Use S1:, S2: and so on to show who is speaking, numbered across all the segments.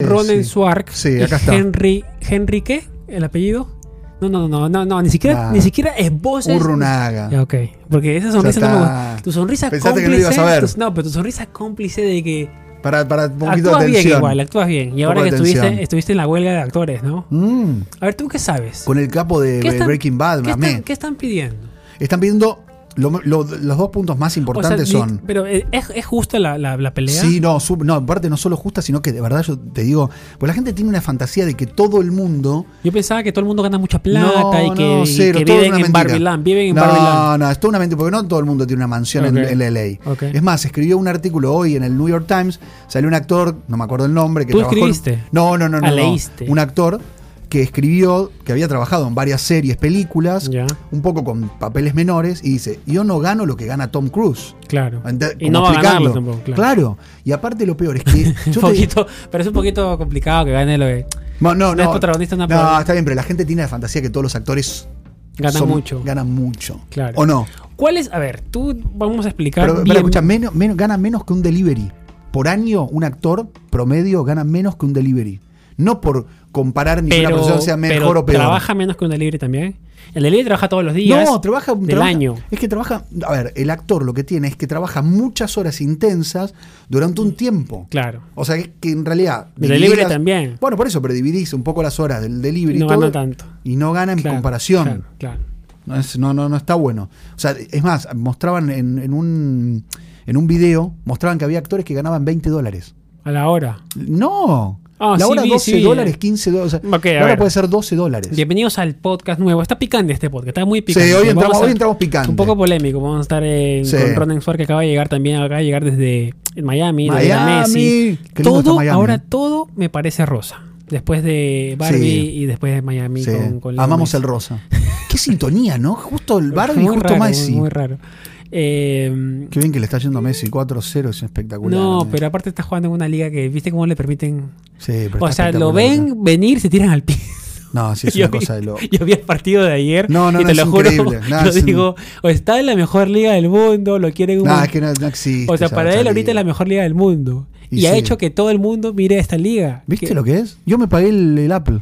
S1: Ronen
S2: Eh, sí.
S1: Swark.
S2: Sí,
S1: y
S2: acá está.
S1: Henry, ¿Henry qué? ¿El apellido? No, no, no, no, no, ni siquiera,
S2: Nah.
S1: ni siquiera es voz.
S2: Urrunaga.
S1: Ya, ok. Porque esa sonrisa
S2: Ya
S1: no me
S2: está.
S1: gusta. Tu sonrisa
S2: Pensaste que no
S1: cómplice.
S2: lo ibas a ver.
S1: tu- no, pero tu sonrisa cómplice de que
S2: Para, para un poquito de
S1: actúas bien
S2: atención.
S1: igual, actúas bien. Y ahora
S2: poco
S1: que
S2: de
S1: estuviste,
S2: atención.
S1: estuviste en la huelga de actores, ¿no?
S2: Mm,
S1: A ver, ¿tú qué sabes?
S2: con el capo de
S1: ¿Qué
S2: de
S1: están-
S2: Breaking Bad,
S1: ¿Qué
S2: mamé.
S1: están, qué están pidiendo?
S2: Están pidiendo lo- lo- los dos puntos más
S1: O sea,
S2: importantes
S1: di-
S2: son.
S1: Pero eh, ¿es, es justa la, la- la pelea?
S2: Sí, no, sub- no, aparte no solo justa, sino que de verdad yo te digo, pues la gente tiene una fantasía de que todo el mundo
S1: Yo pensaba que todo el mundo gana mucha plata
S2: No,
S1: y que,
S2: no,
S1: y
S2: cero,
S1: que
S2: todo es
S1: viven
S2: una
S1: en
S2: mentira.
S1: Barbieland. Viven en
S2: no,
S1: Barbieland.
S2: no, es toda una mentira, porque no todo el mundo tiene una mansión
S1: Ok.
S2: en, en LA.
S1: Ok.
S2: Es más, escribió un artículo hoy en el New York Times, salió un actor, no me acuerdo el nombre, que
S1: ¿Tú
S2: trabajó en-
S1: escribiste?
S2: no, no, no, no,
S1: Ah,
S2: no.
S1: leíste.
S2: Un actor que escribió, que había trabajado en varias series, películas,
S1: Ya.
S2: un poco con papeles menores, y dice, yo no gano lo que gana Tom Cruise.
S1: Claro.
S2: Ente-
S1: Y
S2: como
S1: no va a ganarlo
S2: explicando.
S1: tampoco,
S2: Claro.
S1: claro.
S2: Y aparte lo peor es que
S1: Un
S2: yo te-
S1: poquito, pero es un poquito complicado que gane lo que
S2: No, no,
S1: No es
S2: no.
S1: protagonista, no es
S2: no,
S1: protagonista.
S2: está bien, pero la gente tiene la fantasía que todos los actores
S1: gana
S2: son-
S1: mucho.
S2: Ganan mucho.
S1: Claro.
S2: ¿O no?
S1: ¿Cuál es? A ver, tú vamos a explicar.
S2: Pero, pero
S1: bien-
S2: escucha, menos, menos- gana menos que un delivery. Por año, un actor promedio gana menos que un delivery. No por comparar ni que una
S1: pero-
S2: persona sea mejor
S1: pero
S2: o peor.
S1: Trabaja menos que un delivery también. El delivery trabaja todos los días.
S2: no, trabaja
S1: del
S2: trabaja-
S1: año.
S2: Es que trabaja. A ver, el actor lo que tiene es que trabaja muchas horas intensas durante un tiempo.
S1: Claro.
S2: O sea, es que en realidad.
S1: El delivery
S2: divididas-
S1: también.
S2: Bueno, por eso, pero dividís un poco las horas del delivery.
S1: Y no
S2: todo,
S1: gana tanto.
S2: Y no gana en
S1: Claro,
S2: comparación.
S1: Claro, claro.
S2: No, es- no, no, no está bueno. O sea, es más, mostraban en, en un, en un video, mostraban que había actores que ganaban 20 dólares.
S1: A la hora.
S2: No.
S1: Ah,
S2: la
S1: sí
S2: hora
S1: vi,
S2: 12
S1: sí vi.
S2: dólares, 15 dólares. O sea,
S1: Ok, a
S2: la hora
S1: ver.
S2: puede ser 12 dólares.
S1: Bienvenidos al podcast nuevo. Está picante este podcast, está muy
S2: Sí,
S1: picante.
S2: hoy entramos,
S1: Vamos a-
S2: hoy entramos picante.
S1: Un poco polémico. Vamos a estar eh,
S2: Sí.
S1: con Ronen Suárez que acaba de llegar también. Acaba de llegar desde Miami. desde la
S2: Miami.
S1: Messi.
S2: Qué lindo está
S1: Todo,
S2: Miami.
S1: ahora todo me parece rosa. Después de Barbie
S2: Sí.
S1: y después de Miami
S2: Sí,
S1: con, con Leo
S2: Amamos
S1: Messi.
S2: el rosa. Qué sintonía, ¿no? Justo el Barbie y
S1: Muy
S2: justo
S1: raro,
S2: Messi.
S1: Muy raro. Eh,
S2: Qué bien que le está yendo a Messi. 4-0 es espectacular.
S1: no,
S2: Eh.
S1: pero aparte está jugando en una liga que, ¿viste cómo le permiten?
S2: Sí, pero
S1: o
S2: está
S1: sea, lo
S2: espectacular.
S1: ven venir, se tiran al piso.
S2: No, sí, es
S1: yo,
S2: una
S1: vi,
S2: cosa de loco.
S1: yo vi el partido de ayer
S2: No, no,
S1: y
S2: no,
S1: te
S2: es
S1: lo juro,
S2: increíble. No,
S1: yo
S2: es un-
S1: digo, o está en la mejor liga del mundo, lo quieren un
S2: No, es que no, no existe.
S1: O sea,
S2: esa
S1: para él
S2: otra
S1: ahorita es
S2: liga.
S1: la mejor liga del mundo.
S2: Y
S1: Y, ha
S2: sí.
S1: hecho que todo el mundo mire esta liga.
S2: ¿Viste
S1: Que-
S2: lo que es? Yo me pagué el- el Apple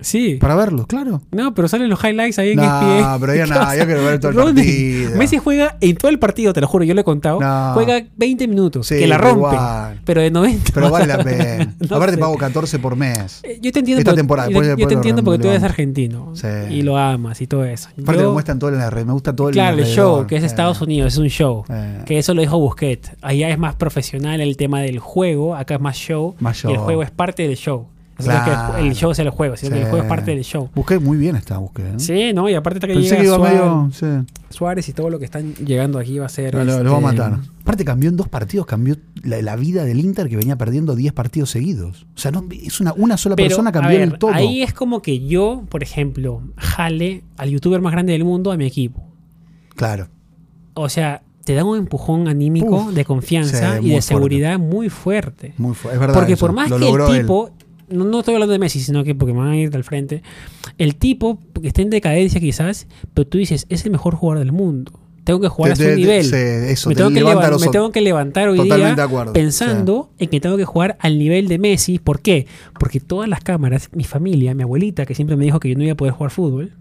S1: Sí.
S2: para verlo, claro.
S1: No, pero salen los highlights ahí en E
S2: No,
S1: ESPN.
S2: pero yo no,
S1: O sea,
S2: yo quiero ver todo el
S1: Ronnie,
S2: partido.
S1: Messi juega en todo el partido, te lo juro, yo lo he contado.
S2: No.
S1: Juega 20 minutos,
S2: Sí,
S1: que la
S2: pero
S1: rompe.
S2: igual.
S1: Pero de 90.
S2: Pero
S1: o sea,
S2: vale la pena.
S1: no
S2: Aparte
S1: sé.
S2: pago 14 por mes.
S1: Eh, Yo te entiendo,
S2: Esta
S1: porque-
S2: temporada,
S1: yo, te-
S2: después-
S1: yo
S2: después
S1: te
S2: lo
S1: entiendo porque tú eres
S2: remodelamos.
S1: argentino
S2: Sí.
S1: y lo amas y todo eso.
S2: Aparte
S1: Yo-
S2: lo muestran todo en la red, me gusta todo el
S1: Claro, el
S2: alrededor.
S1: show, que es
S2: Eh,
S1: Estados Unidos, es un show.
S2: eh.
S1: Que eso lo dijo Busquets. Allá es más profesional el tema del juego, acá es más show.
S2: Más
S1: Y el
S2: show.
S1: juego es parte del show. O sea, no es que el-
S2: Claro.
S1: el show es el juego, sino que el
S2: Sí.
S1: juego es parte del show.
S2: Busqué muy bien esta búsqueda. ¿eh?
S1: Sí, ¿no? Y aparte está que
S2: Pensé
S1: llega
S2: que iba
S1: Suárez,
S2: medio. sí.
S1: Suárez y todo lo que están llegando aquí va a ser...
S2: Lo, lo- lo
S1: este,
S2: va a matar. Aparte cambió en dos partidos, cambió la, la vida del Inter que venía perdiendo 10 partidos seguidos. O sea, no, es una, una sola
S1: Pero,
S2: persona
S1: a
S2: cambió
S1: ver,
S2: el todo.
S1: Ahí es como que yo, por ejemplo, jale al youtuber más grande del mundo a mi equipo.
S2: Claro.
S1: O sea, te da un empujón anímico
S2: Uf,
S1: de
S2: sí,
S1: confianza
S2: muy
S1: y de
S2: fuerte.
S1: seguridad muy fuerte.
S2: Muy fuerte. Es verdad.
S1: Porque
S2: eso,
S1: por más
S2: lo
S1: que el
S2: logró él.
S1: tipo, no, no estoy hablando de Messi, sino que porque me van a ir al frente, el tipo que está en decadencia quizás, pero tú dices, es el mejor jugador del mundo. Tengo que jugar
S2: Te-
S1: a su
S2: te- te-
S1: nivel.
S2: sí, eso,
S1: me,
S2: te
S1: tengo que
S2: levanta
S1: levan-
S2: los
S1: me
S2: ot-
S1: tengo que levantar hoy
S2: Totalmente
S1: día
S2: de acuerdo,
S1: pensando en que tengo que jugar al nivel de Messi. ¿Por qué? Porque todas las cámaras, mi familia, mi abuelita, que siempre me dijo que yo no iba a poder jugar fútbol,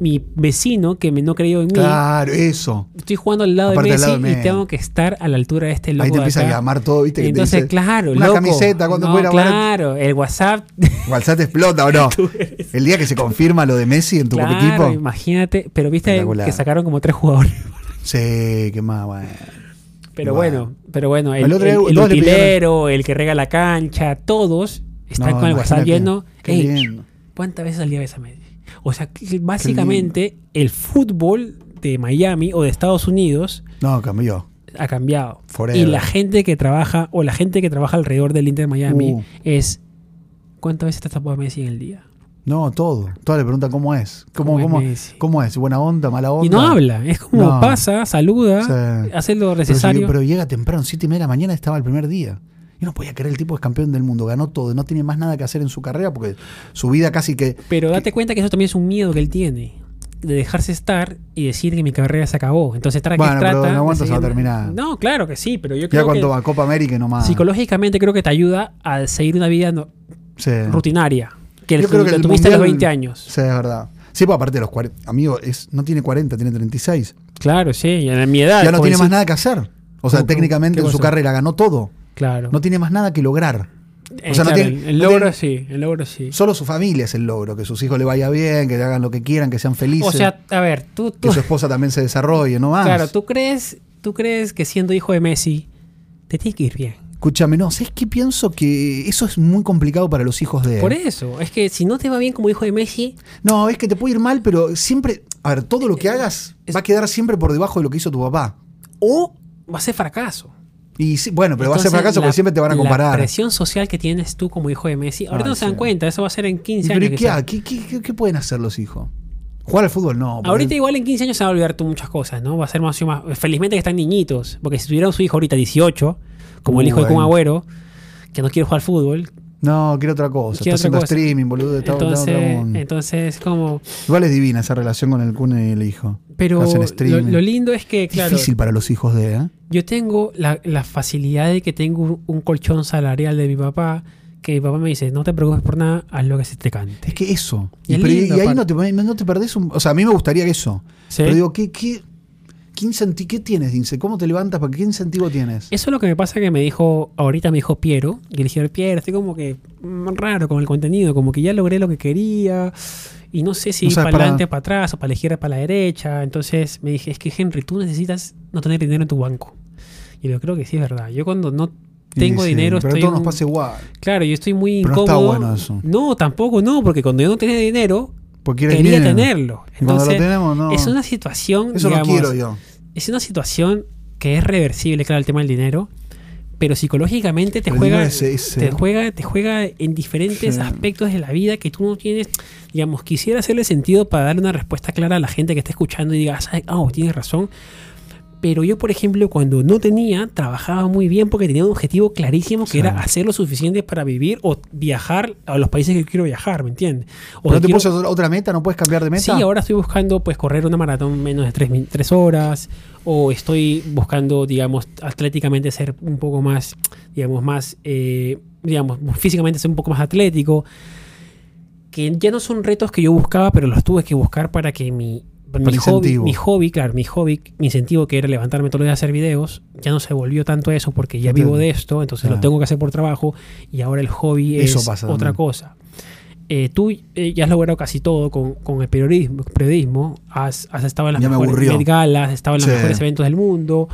S1: mi vecino que me- no creyó en mí,
S2: Claro, eso.
S1: estoy jugando al lado, de
S2: Aparte, al
S1: Messi,
S2: lado de
S1: y
S2: Messi.
S1: tengo que estar a la altura de este loco
S2: Ahí te
S1: de
S2: empieza a
S1: acá.
S2: llamar todo, ¿viste? Que te
S1: Entonces,
S2: dice,
S1: claro,
S2: Una
S1: loco.
S2: camiseta, cuando
S1: No,
S2: pueda
S1: Claro, el WhatsApp.
S2: WhatsApp te explota o no. El día que se confirma lo de Messi en tu
S1: claro,
S2: equipo.
S1: imagínate. Pero viste
S2: Espectacular.
S1: que sacaron como tres jugadores.
S2: Sí, qué más, bueno.
S1: Pero
S2: Wow.
S1: bueno, pero bueno, el,
S2: El otro día
S1: el- el
S2: todos le
S1: utilero, el que rega la cancha, todos están
S2: No,
S1: con el WhatsApp
S2: imagínate.
S1: lleno.
S2: Qué
S1: Ey,
S2: lindo.
S1: ¿Cuántas veces al día ves a Messi? O sea, que básicamente el fútbol de Miami o de Estados Unidos
S2: No, cambió.
S1: ha cambiado.
S2: Forever.
S1: Y la gente que trabaja o la gente que trabaja alrededor del Inter Miami
S2: Uh.
S1: es ¿cuántas veces te has tapado a Messi en el día?
S2: No, todo. Todas le preguntan cómo es. ¿Cómo,
S1: ¿Cómo es
S2: cómo,
S1: Messi?
S2: cómo es? ¿Buena onda? ¿Mala onda?
S1: Y no habla, es como
S2: No.
S1: pasa, saluda,
S2: Sí.
S1: hace lo
S2: Pero, si-
S1: necesario.
S2: pero llega temprano, siete y media de la mañana estaba el primer día. Yo no podía creer, el tipo es campeón del mundo, ganó todo, no tiene más nada que hacer en su carrera porque su vida casi que...
S1: Pero date cuenta que eso también es un miedo que él tiene. de dejarse estar y decir que mi carrera se acabó. Entonces, ¿tra
S2: Bueno,
S1: qué
S2: pero
S1: trata?
S2: en algún
S1: de
S2: momento se va a
S1: seguir-
S2: terminar.
S1: No, claro que sí, pero yo
S2: Ya
S1: creo que
S2: cuando va Copa América y nomás.
S1: psicológicamente creo que te ayuda a seguir una vida no-
S2: Sí.
S1: rutinaria. Que, el,
S2: Yo creo
S1: que
S2: que el
S1: tuviste a los
S2: Mundial-
S1: 20 años.
S2: Sí, es verdad. Sí, pues aparte de los 40. Amigo, es, no tiene 40, tiene 36.
S1: Claro, sí, y en mi edad. pues
S2: ya no tiene
S1: pobrecito.
S2: más nada que hacer. O sea,
S1: Ah, ¿Cómo-
S2: técnicamente
S1: cómo-
S2: en
S1: qué
S2: su
S1: cosa?
S2: carrera ganó todo.
S1: Claro.
S2: No tiene más nada que lograr.
S1: Eh,
S2: o sea, no
S1: claro,
S2: tiene-
S1: el- el
S2: no
S1: logro
S2: tiene-
S1: sí, el logro sí.
S2: Solo su familia es el logro, que sus hijos le vaya bien, que hagan lo que quieran, que sean felices,
S1: O sea, a ver, tú, tú
S2: que su esposa también se desarrolle, no más.
S1: claro, tú crees, tú crees que siendo hijo de Messi te tiene que ir bien.
S2: Escúchame, no, es que pienso que eso es muy complicado para los hijos de él.
S1: Por eso, es que si no te va bien como hijo de Messi,
S2: No, es que te puede ir mal, pero siempre, a ver, todo lo que hagas
S1: Eh, es-
S2: va a quedar siempre por debajo de lo que hizo tu papá.
S1: o va a ser fracaso.
S2: Y sí, bueno, pero
S1: Entonces,
S2: va a ser fracaso
S1: la-
S2: porque siempre te van a
S1: La
S2: comparar.
S1: presión social que tienes tú como hijo de Messi, ahorita
S2: Ay,
S1: no se dan
S2: sí.
S1: cuenta, eso va a ser en
S2: ¿Y
S1: 15
S2: pero
S1: años.
S2: ¿y qué,
S1: quizás.
S2: ha- qué- qué- qué- qué pueden hacer los hijos? ¿Jugar al fútbol? No. porque-
S1: Ahorita igual en 15 años se van a olvidar tú muchas cosas, ¿no? Va a ser más y más. Felizmente que están niñitos, porque si tuvieran su hijo ahorita 18, como el hijo de
S2: Bueno.
S1: Kun Agüero, que no quiere jugar al fútbol,
S2: No, quiero otra cosa.
S1: Quiero
S2: Está
S1: otra
S2: haciendo
S1: cosa.
S2: streaming, boludo. Está, está en otro
S1: entonces, eh,
S2: mundo.
S1: entonces como...
S2: Igual es divina esa relación con el Kun y el hijo.
S1: Pero
S2: Hacen
S1: lo,
S2: streaming.
S1: lo lindo es que, claro,
S2: Difícil para los hijos de, ¿eh?
S1: yo tengo la, la facilidad de que tengo un, un colchón salarial de mi papá, que mi papá me dice, no te preocupes por nada, haz lo que se te cante.
S2: Es que eso.
S1: Y
S2: Y,
S1: es
S2: pero-
S1: lindo,
S2: y ahí
S1: aparte.
S2: no te, no te perdés un. O sea, a mí me gustaría que eso.
S1: Sí.
S2: Pero digo, ¿qué, qué, qué, incenti- qué tienes, Dince? ¿Cómo te levantas? ¿Para qué incentivo tienes?
S1: Eso es lo que me pasa que me dijo, ahorita me dijo Piero, y le dije, Piero, estoy como que mm, raro con el contenido, como que ya logré lo que quería, y no sé si
S2: No
S1: ir
S2: sabes
S1: para
S2: para-
S1: adelante, para atrás, o para la izquierda, para la derecha. Entonces me dije, es que Henry, tú necesitas no tener dinero en tu banco. Y yo creo que sí es verdad. Yo cuando no tengo
S2: Y sí,
S1: dinero,
S2: Pero
S1: estoy
S2: todo
S1: un-
S2: nos pasa igual.
S1: Claro, yo estoy muy
S2: Pero no
S1: incómodo.
S2: está bueno eso.
S1: No, tampoco no, porque cuando yo no tenía dinero,
S2: Porque quieres
S1: quería
S2: dinero.
S1: tenerlo.
S2: Y cuando lo
S1: Entonces,
S2: tenemos, no.
S1: es una situación,
S2: Eso
S1: digamos,
S2: no quiero yo.
S1: es una situación que es reversible, claro, el tema del dinero, pero psicológicamente te
S2: El
S1: juega,
S2: dinero es ese. ¿eh?
S1: te juega, te juega en diferentes
S2: Sí.
S1: aspectos de la vida que tú no tienes, digamos, quisiera hacerle sentido para darle una respuesta clara a la gente que está escuchando y diga, ah, oh, tienes razón. Pero yo, por ejemplo, cuando no tenía, trabajaba muy bien porque tenía un objetivo clarísimo que
S2: Sí.
S1: era hacer lo suficiente para vivir o viajar a los países que quiero viajar, ¿me entiendes? O
S2: ¿No te
S1: quiero-
S2: puso otra meta? ¿No puedes cambiar de meta?
S1: Sí, ahora estoy buscando pues correr una maratón menos de 3, horas o estoy buscando, digamos, atléticamente ser un poco más, digamos, más, eh, digamos, físicamente ser un poco más atlético. Que ya no son retos que yo buscaba, pero los tuve que buscar para que mi, mi,
S2: el
S1: hobby,
S2: incentivo.
S1: mi hobby, claro, mi hobby, mi incentivo que era levantarme todos los días a hacer videos, ya no se volvió tanto eso porque ya
S2: Entiendo.
S1: vivo de esto, entonces lo
S2: Claro.
S1: tengo que hacer por trabajo y ahora el hobby es
S2: Eso pasa
S1: otra
S2: también.
S1: cosa eh, tú eh, ya has logrado casi todo con, con el periodismo, periodismo. Has, has estado en las
S2: Ya me
S1: mejores
S2: aburrió.
S1: Met Galas, has estado en los
S2: Sí.
S1: mejores eventos del mundo.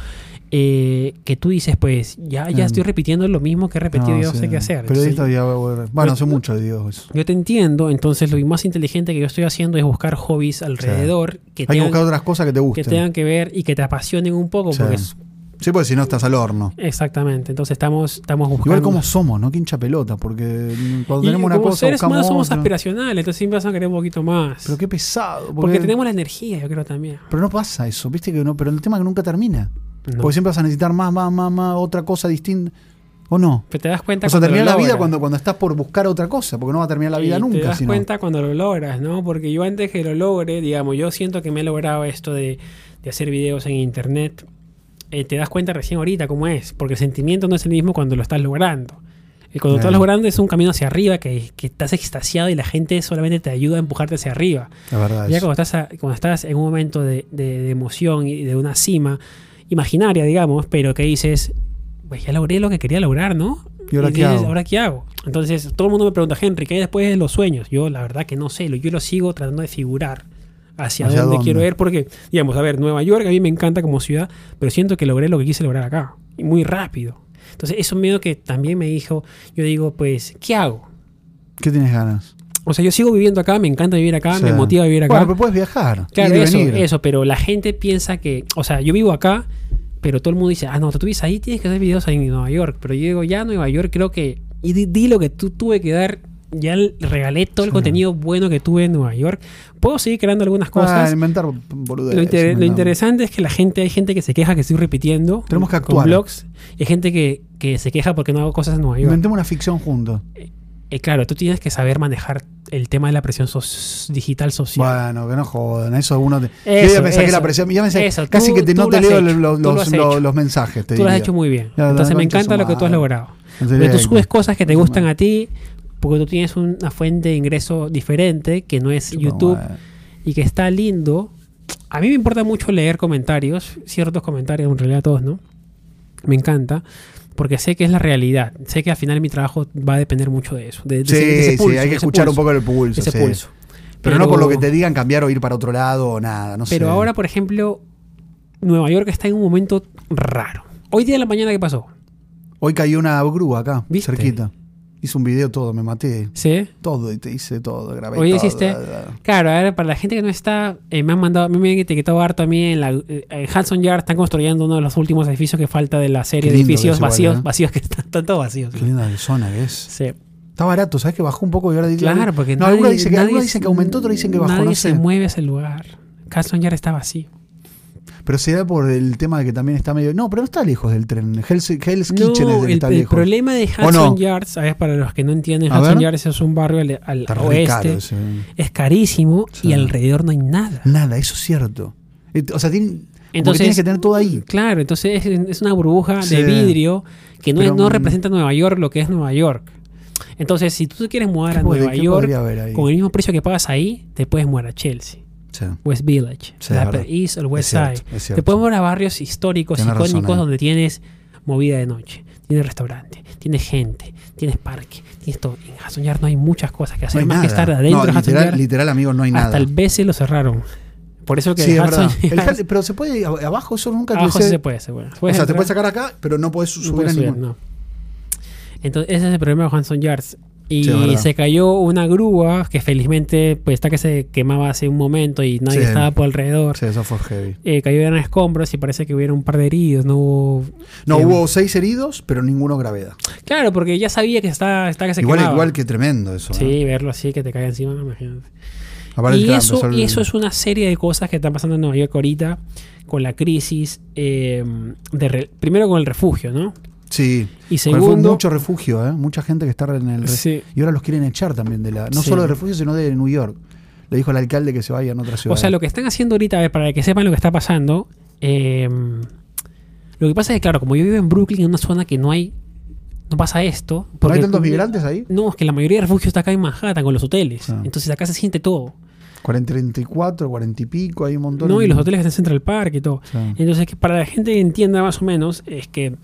S1: eh, que tú dices, pues, ya, ya
S2: Mm.
S1: estoy repitiendo lo mismo que he repetido
S2: No,
S1: y ya no
S2: sí.
S1: sé qué hacer.
S2: Periodista
S1: Entonces,
S2: ya va a volver. Bueno, hace mucho de Dios.
S1: yo te entiendo, entonces lo más inteligente que yo estoy haciendo es buscar hobbies alrededor que,
S2: Hay que buscar
S1: tengan,
S2: otras cosas que te
S1: que
S2: gusten.
S1: tengan que ver y que te apasionen un poco.
S2: Sí.
S1: Porque es-
S2: Sí, porque si no estás al horno.
S1: exactamente, entonces estamos, estamos buscando.
S2: Igual como somos, ¿no? Que hincha pelota, porque cuando
S1: Y
S2: tenemos una
S1: como
S2: cosa
S1: seres
S2: buscamos
S1: humanos somos
S2: otra.
S1: aspiracionales, entonces siempre vas a querer un poquito más.
S2: Pero qué pesado. Porque,
S1: porque tenemos la energía, yo creo también.
S2: Pero no pasa eso, viste que no, pero el tema es que nunca termina.
S1: No.
S2: Porque siempre vas a necesitar más, más, más, más, otra cosa distinta. ¿O no?
S1: Pero te das cuenta
S2: O sea,
S1: cuando
S2: termina
S1: lo
S2: la vida
S1: logras.
S2: cuando, cuando estás por buscar otra cosa, porque no va a terminar la vida
S1: Y
S2: nunca.
S1: Te das
S2: sino-
S1: cuenta cuando lo logras, ¿no? Porque yo antes que lo logre, digamos, yo siento que me he logrado esto de, de hacer videos en internet. Eh, te das cuenta recién ahorita cómo es, porque el sentimiento no es el mismo cuando lo estás logrando. Y cuando lo estás
S2: Claro.
S1: logrando es un camino hacia arriba que, que estás extasiado y la gente solamente te ayuda a empujarte hacia arriba.
S2: La verdad
S1: Ya
S2: es.
S1: cuando estás, a- cuando estás en un momento de, de- de emoción y de una cima imaginaria, digamos, pero que dices, pues ya logré lo que quería lograr, ¿no?
S2: ¿Y ahora qué hago?
S1: ¿ahora qué hago? Entonces todo el mundo me pregunta, Henry, ¿qué hay después de los sueños? Yo la verdad que no sé, lo- yo lo sigo tratando de figurar hacia,
S2: ¿Hacia
S1: dónde,
S2: dónde?
S1: quiero ir, porque, digamos, a ver, Nueva York a mí me encanta como ciudad, pero siento que logré lo que quise lograr acá, y muy rápido. Entonces eso es miedo que también me dijo, yo digo, pues, ¿qué hago?
S2: ¿Qué tienes ganas?
S1: O sea, yo sigo viviendo acá, me encanta vivir acá,
S2: Sí.
S1: me motiva a vivir acá.
S2: Bueno, pero puedes viajar.
S1: Claro,
S2: ir y
S1: eso,
S2: venir.
S1: eso, pero la gente piensa que, o sea, yo vivo acá, pero todo el mundo dice, ah, no, tú vives ahí, tienes que hacer videos ahí en Nueva York. Pero yo digo, ya Nueva York creo que, y di, di lo que tú tuve que dar, ya l- regalé todo el
S2: Sí.
S1: contenido bueno que tuve en Nueva York. Puedo seguir creando algunas
S2: Ah,
S1: cosas.
S2: inventar boludeces,
S1: lo, inter- lo
S2: inventar-
S1: interesante es que la gente, hay gente que se queja que estoy repitiendo.
S2: Tenemos que
S1: con
S2: actuar.
S1: blogs, y hay gente que, que se queja porque no hago cosas en Nueva York.
S2: Inventemos una ficción juntos.
S1: eh, claro, tú tienes que saber manejar el tema de la presión so- digital social.
S2: Bueno, que no jodan, eso uno te...
S1: Eso,
S2: yo ya pensé que
S1: eso.
S2: la presión, ya pensé,
S1: Eso,
S2: casi
S1: tú-
S2: que te- no
S1: tú
S2: te
S1: lo has
S2: leo
S1: hecho,
S2: los,
S1: tú lo
S2: los-
S1: has
S2: los-
S1: hecho.
S2: los mensajes, te
S1: tú lo has
S2: diría.
S1: hecho muy bien.
S2: Ya, la
S1: Entonces me
S2: concha
S1: encanta
S2: su
S1: lo que tú has
S2: madre.
S1: logrado.
S2: En serio,
S1: Porque tú
S2: la
S1: subes
S2: concha
S1: cosas que te
S2: su
S1: gustan
S2: madre.
S1: a ti, porque tú tienes una fuente de ingreso diferente, que no es
S2: Chupa
S1: YouTube,
S2: madre.
S1: y que está lindo. A mí me importa mucho leer comentarios, ciertos comentarios, en realidad todos, ¿no? Me encanta, porque sé que es la realidad. Sé que al final mi trabajo va a depender mucho de eso. De, de
S2: Sí,
S1: ese- de ese
S2: sí,
S1: pulso,
S2: hay
S1: ese
S2: que escuchar un
S1: pulso,
S2: poco el pulso.
S1: ese
S2: sí.
S1: pulso.
S2: Pero, no por lo que te digan cambiar o ir para otro lado o nada, no sé.
S1: Pero ahora, por ejemplo, Nueva York está en un momento raro. Hoy día de la mañana, ¿qué pasó?
S2: Hoy cayó una grúa acá,
S1: ¿Viste?
S2: cerquita. Hice un video todo, me maté.
S1: ¿Sí?
S2: Todo, y te hice todo, grabé
S1: Hoy
S2: todo.
S1: hiciste- Claro, a ver, para la gente que no está, eh, me han mandado, me han etiquetado harto a mí en la eh, en Hudson Yard están construyendo uno de los últimos edificios que falta de la serie
S2: Qué
S1: de
S2: lindo
S1: edificios
S2: que es igual,
S1: vacíos,
S2: ¿eh?
S1: vacíos que están, están todos vacíos.
S2: Qué linda zona que es.
S1: Sí.
S2: Está barato, ¿sabes que bajó un poco y ahora dice-
S1: Claro, porque
S2: no,
S1: nadie,
S2: algunos dicen que,
S1: nadie
S2: algunos
S1: se-
S2: dicen que aumentó, otros dicen que bajó,
S1: nadie
S2: no
S1: se
S2: sé.
S1: mueve ese lugar. Hudson Yard está vacío.
S2: Pero se da por el tema de que también está medio. No, pero no está lejos del tren. Hell's, Hell's
S1: No,
S2: Kitchen es el, que
S1: el,
S2: está
S1: el
S2: lejos.
S1: problema de
S2: ¿O
S1: Hudson
S2: no?
S1: Yards, a ver, para los que no entienden,
S2: A
S1: Hudson
S2: ver.
S1: Yards es un barrio al, al
S2: está re caro
S1: oeste,
S2: ese.
S1: es carísimo
S2: Sí.
S1: y alrededor no hay nada.
S2: Nada, eso es cierto. Et- O sea, tienen, porque
S1: Entonces-
S2: tienes que tener todo ahí.
S1: Claro, entonces es, es una burbuja
S2: Sí.
S1: de vidrio que no, es-
S2: Pero,
S1: no
S2: mm,
S1: representa Nueva York lo que es Nueva York. Entonces, si tú te quieres mudar
S2: ¿Qué
S1: a
S2: pod-
S1: Nueva
S2: qué
S1: York
S2: podría haber ahí?
S1: con el mismo precio que pagas ahí, te puedes mudar a Chelsea,
S2: Sí.
S1: West Village,
S2: Sí,
S1: la
S2: es verdad.
S1: Upper East o el West
S2: Es cierto,
S1: Side.
S2: es cierto.
S1: Te puedes mudar a barrios históricos,
S2: Tienes razón
S1: icónicos,
S2: ahí.
S1: donde tienes movida de noche, tienes restaurante, tienes gente, tienes parque, tienes todo. En Hudson Yards no hay muchas cosas que
S2: No
S1: hacer,
S2: hay
S1: más que
S2: nada.
S1: estar adentro
S2: No,
S1: de Hudson
S2: literal,
S1: Yards.
S2: literal, amigo, no hay
S1: hasta
S2: nada.
S1: el BC lo cerraron. Por eso que
S2: Sí, es
S1: Hudson
S2: verdad. El
S1: Yards-
S2: Hell- pero se puede a- abajo, eso nunca te
S1: abajo
S2: dice-
S1: sí se puede, se puede.
S2: O
S1: Puedes
S2: sea, te
S1: entrar-
S2: puedes sacar acá, pero no puedes subir
S1: No puede
S2: a
S1: subir,
S2: ningún-
S1: no. Entonces, ese es el problema de Hanson Yards. Y
S2: Sí, es verdad.
S1: se cayó una grúa que felizmente, pues está que se quemaba hace un momento y nadie
S2: Sí.
S1: estaba por alrededor.
S2: Sí, eso fue heavy.
S1: Eh, cayó en escombros y parece que hubiera un par de heridos. No hubo.
S2: No,
S1: eh,
S2: hubo seis heridos, pero ninguno gravedad.
S1: Claro, porque ya sabía que está, está que se
S2: Igual,
S1: quemaba.
S2: igual que tremendo eso.
S1: Sí, verlo así que te caiga encima, imagínate.
S2: ¿no? Aparte
S1: y,
S2: el Trump,
S1: eso,
S2: el-
S1: y eso es una serie de cosas que están pasando en Nueva York ahorita con la crisis. eh, de re- primero con el refugio, ¿no?
S2: Sí.
S1: Y
S2: Porque fue
S1: segundo.
S2: mucho refugio, ¿eh? Mucha gente que está en el. re-
S1: Sí.
S2: Y ahora los quieren echar también de la. No
S1: Sí.
S2: solo de refugio, sino de New York. Le dijo al alcalde que se vayan a otra ciudad.
S1: O sea, lo que están haciendo ahorita, eh, para que sepan lo que está pasando, eh, lo que pasa es que, claro, como yo vivo en Brooklyn, en una zona que no hay, no pasa esto.
S2: ¿No
S1: porque-
S2: hay tantos migrantes ahí?
S1: No, es que la mayoría de refugios está acá en Manhattan, con los hoteles.
S2: Ah.
S1: Entonces acá se siente todo.
S2: 40, 34, 40 y pico, hay un montón.
S1: ¿no?
S2: de-
S1: Y los hoteles que están en Central Park y todo.
S2: Sí.
S1: Entonces, que para la gente que entienda más o menos, es que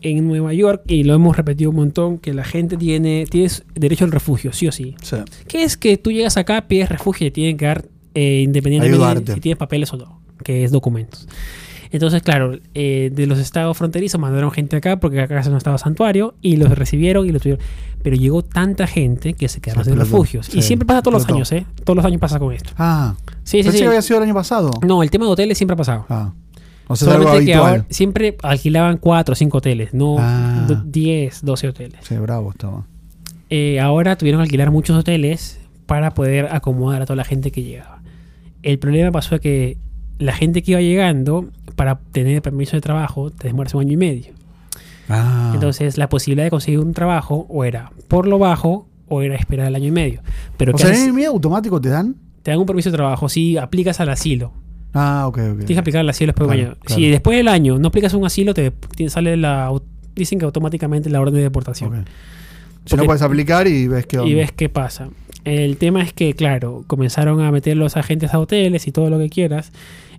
S1: en Nueva York, y lo hemos repetido un montón, que la gente tiene, tiene derecho al refugio, sí o sí.
S2: Sí.
S1: ¿Qué es que tú llegas acá, pides refugio y te tienen que dar eh, independientemente
S2: Ayudarte.
S1: si tienes papeles o no? Que es documentos. Entonces, claro, eh, de los estados fronterizos mandaron gente acá porque acá es un estado santuario y los recibieron y los tuvieron. Pero llegó tanta gente que se quedaron
S2: Se
S1: sin
S2: explotó,
S1: refugios.
S2: sí,
S1: y siempre pasa todos
S2: explotó.
S1: los años, ¿eh? Todos los años pasa con esto.
S2: Ah.
S1: Sí, sí,
S2: pensé
S1: sí.
S2: que había sido el año pasado.
S1: No, el tema de hoteles siempre ha pasado.
S2: Ah. O sea, es algo
S1: Solamente que
S2: habitual.
S1: ahora siempre alquilaban 4 o 5 hoteles, no
S2: Ah.
S1: do- 10, 12 hoteles.
S2: Sí, bravo estaba.
S1: Eh, ahora tuvieron que alquilar muchos hoteles para poder acomodar a toda la gente que llegaba. El problema pasó que la gente que iba llegando, para tener permiso de trabajo, te demoras un año y medio.
S2: Ah.
S1: Entonces, la posibilidad de conseguir un trabajo o era por lo bajo o era esperar el año y medio. Pero
S2: o
S1: ¿qué
S2: sea, eh,
S1: haces?
S2: en el medio automático te dan.
S1: te dan un permiso de trabajo si aplicas al asilo.
S2: Ah, ok, ok.
S1: Tienes que aplicar al asilo después de un
S2: Claro,
S1: año.
S2: claro.
S1: Si después del año no aplicas un asilo, te, te sale la. au- Dicen que automáticamente la orden de deportación.
S2: Ok. Si no
S1: Porque-
S2: puedes aplicar y ves que.
S1: y ves qué pasa. El tema es que, claro, comenzaron a meter los agentes a hoteles y todo lo que quieras.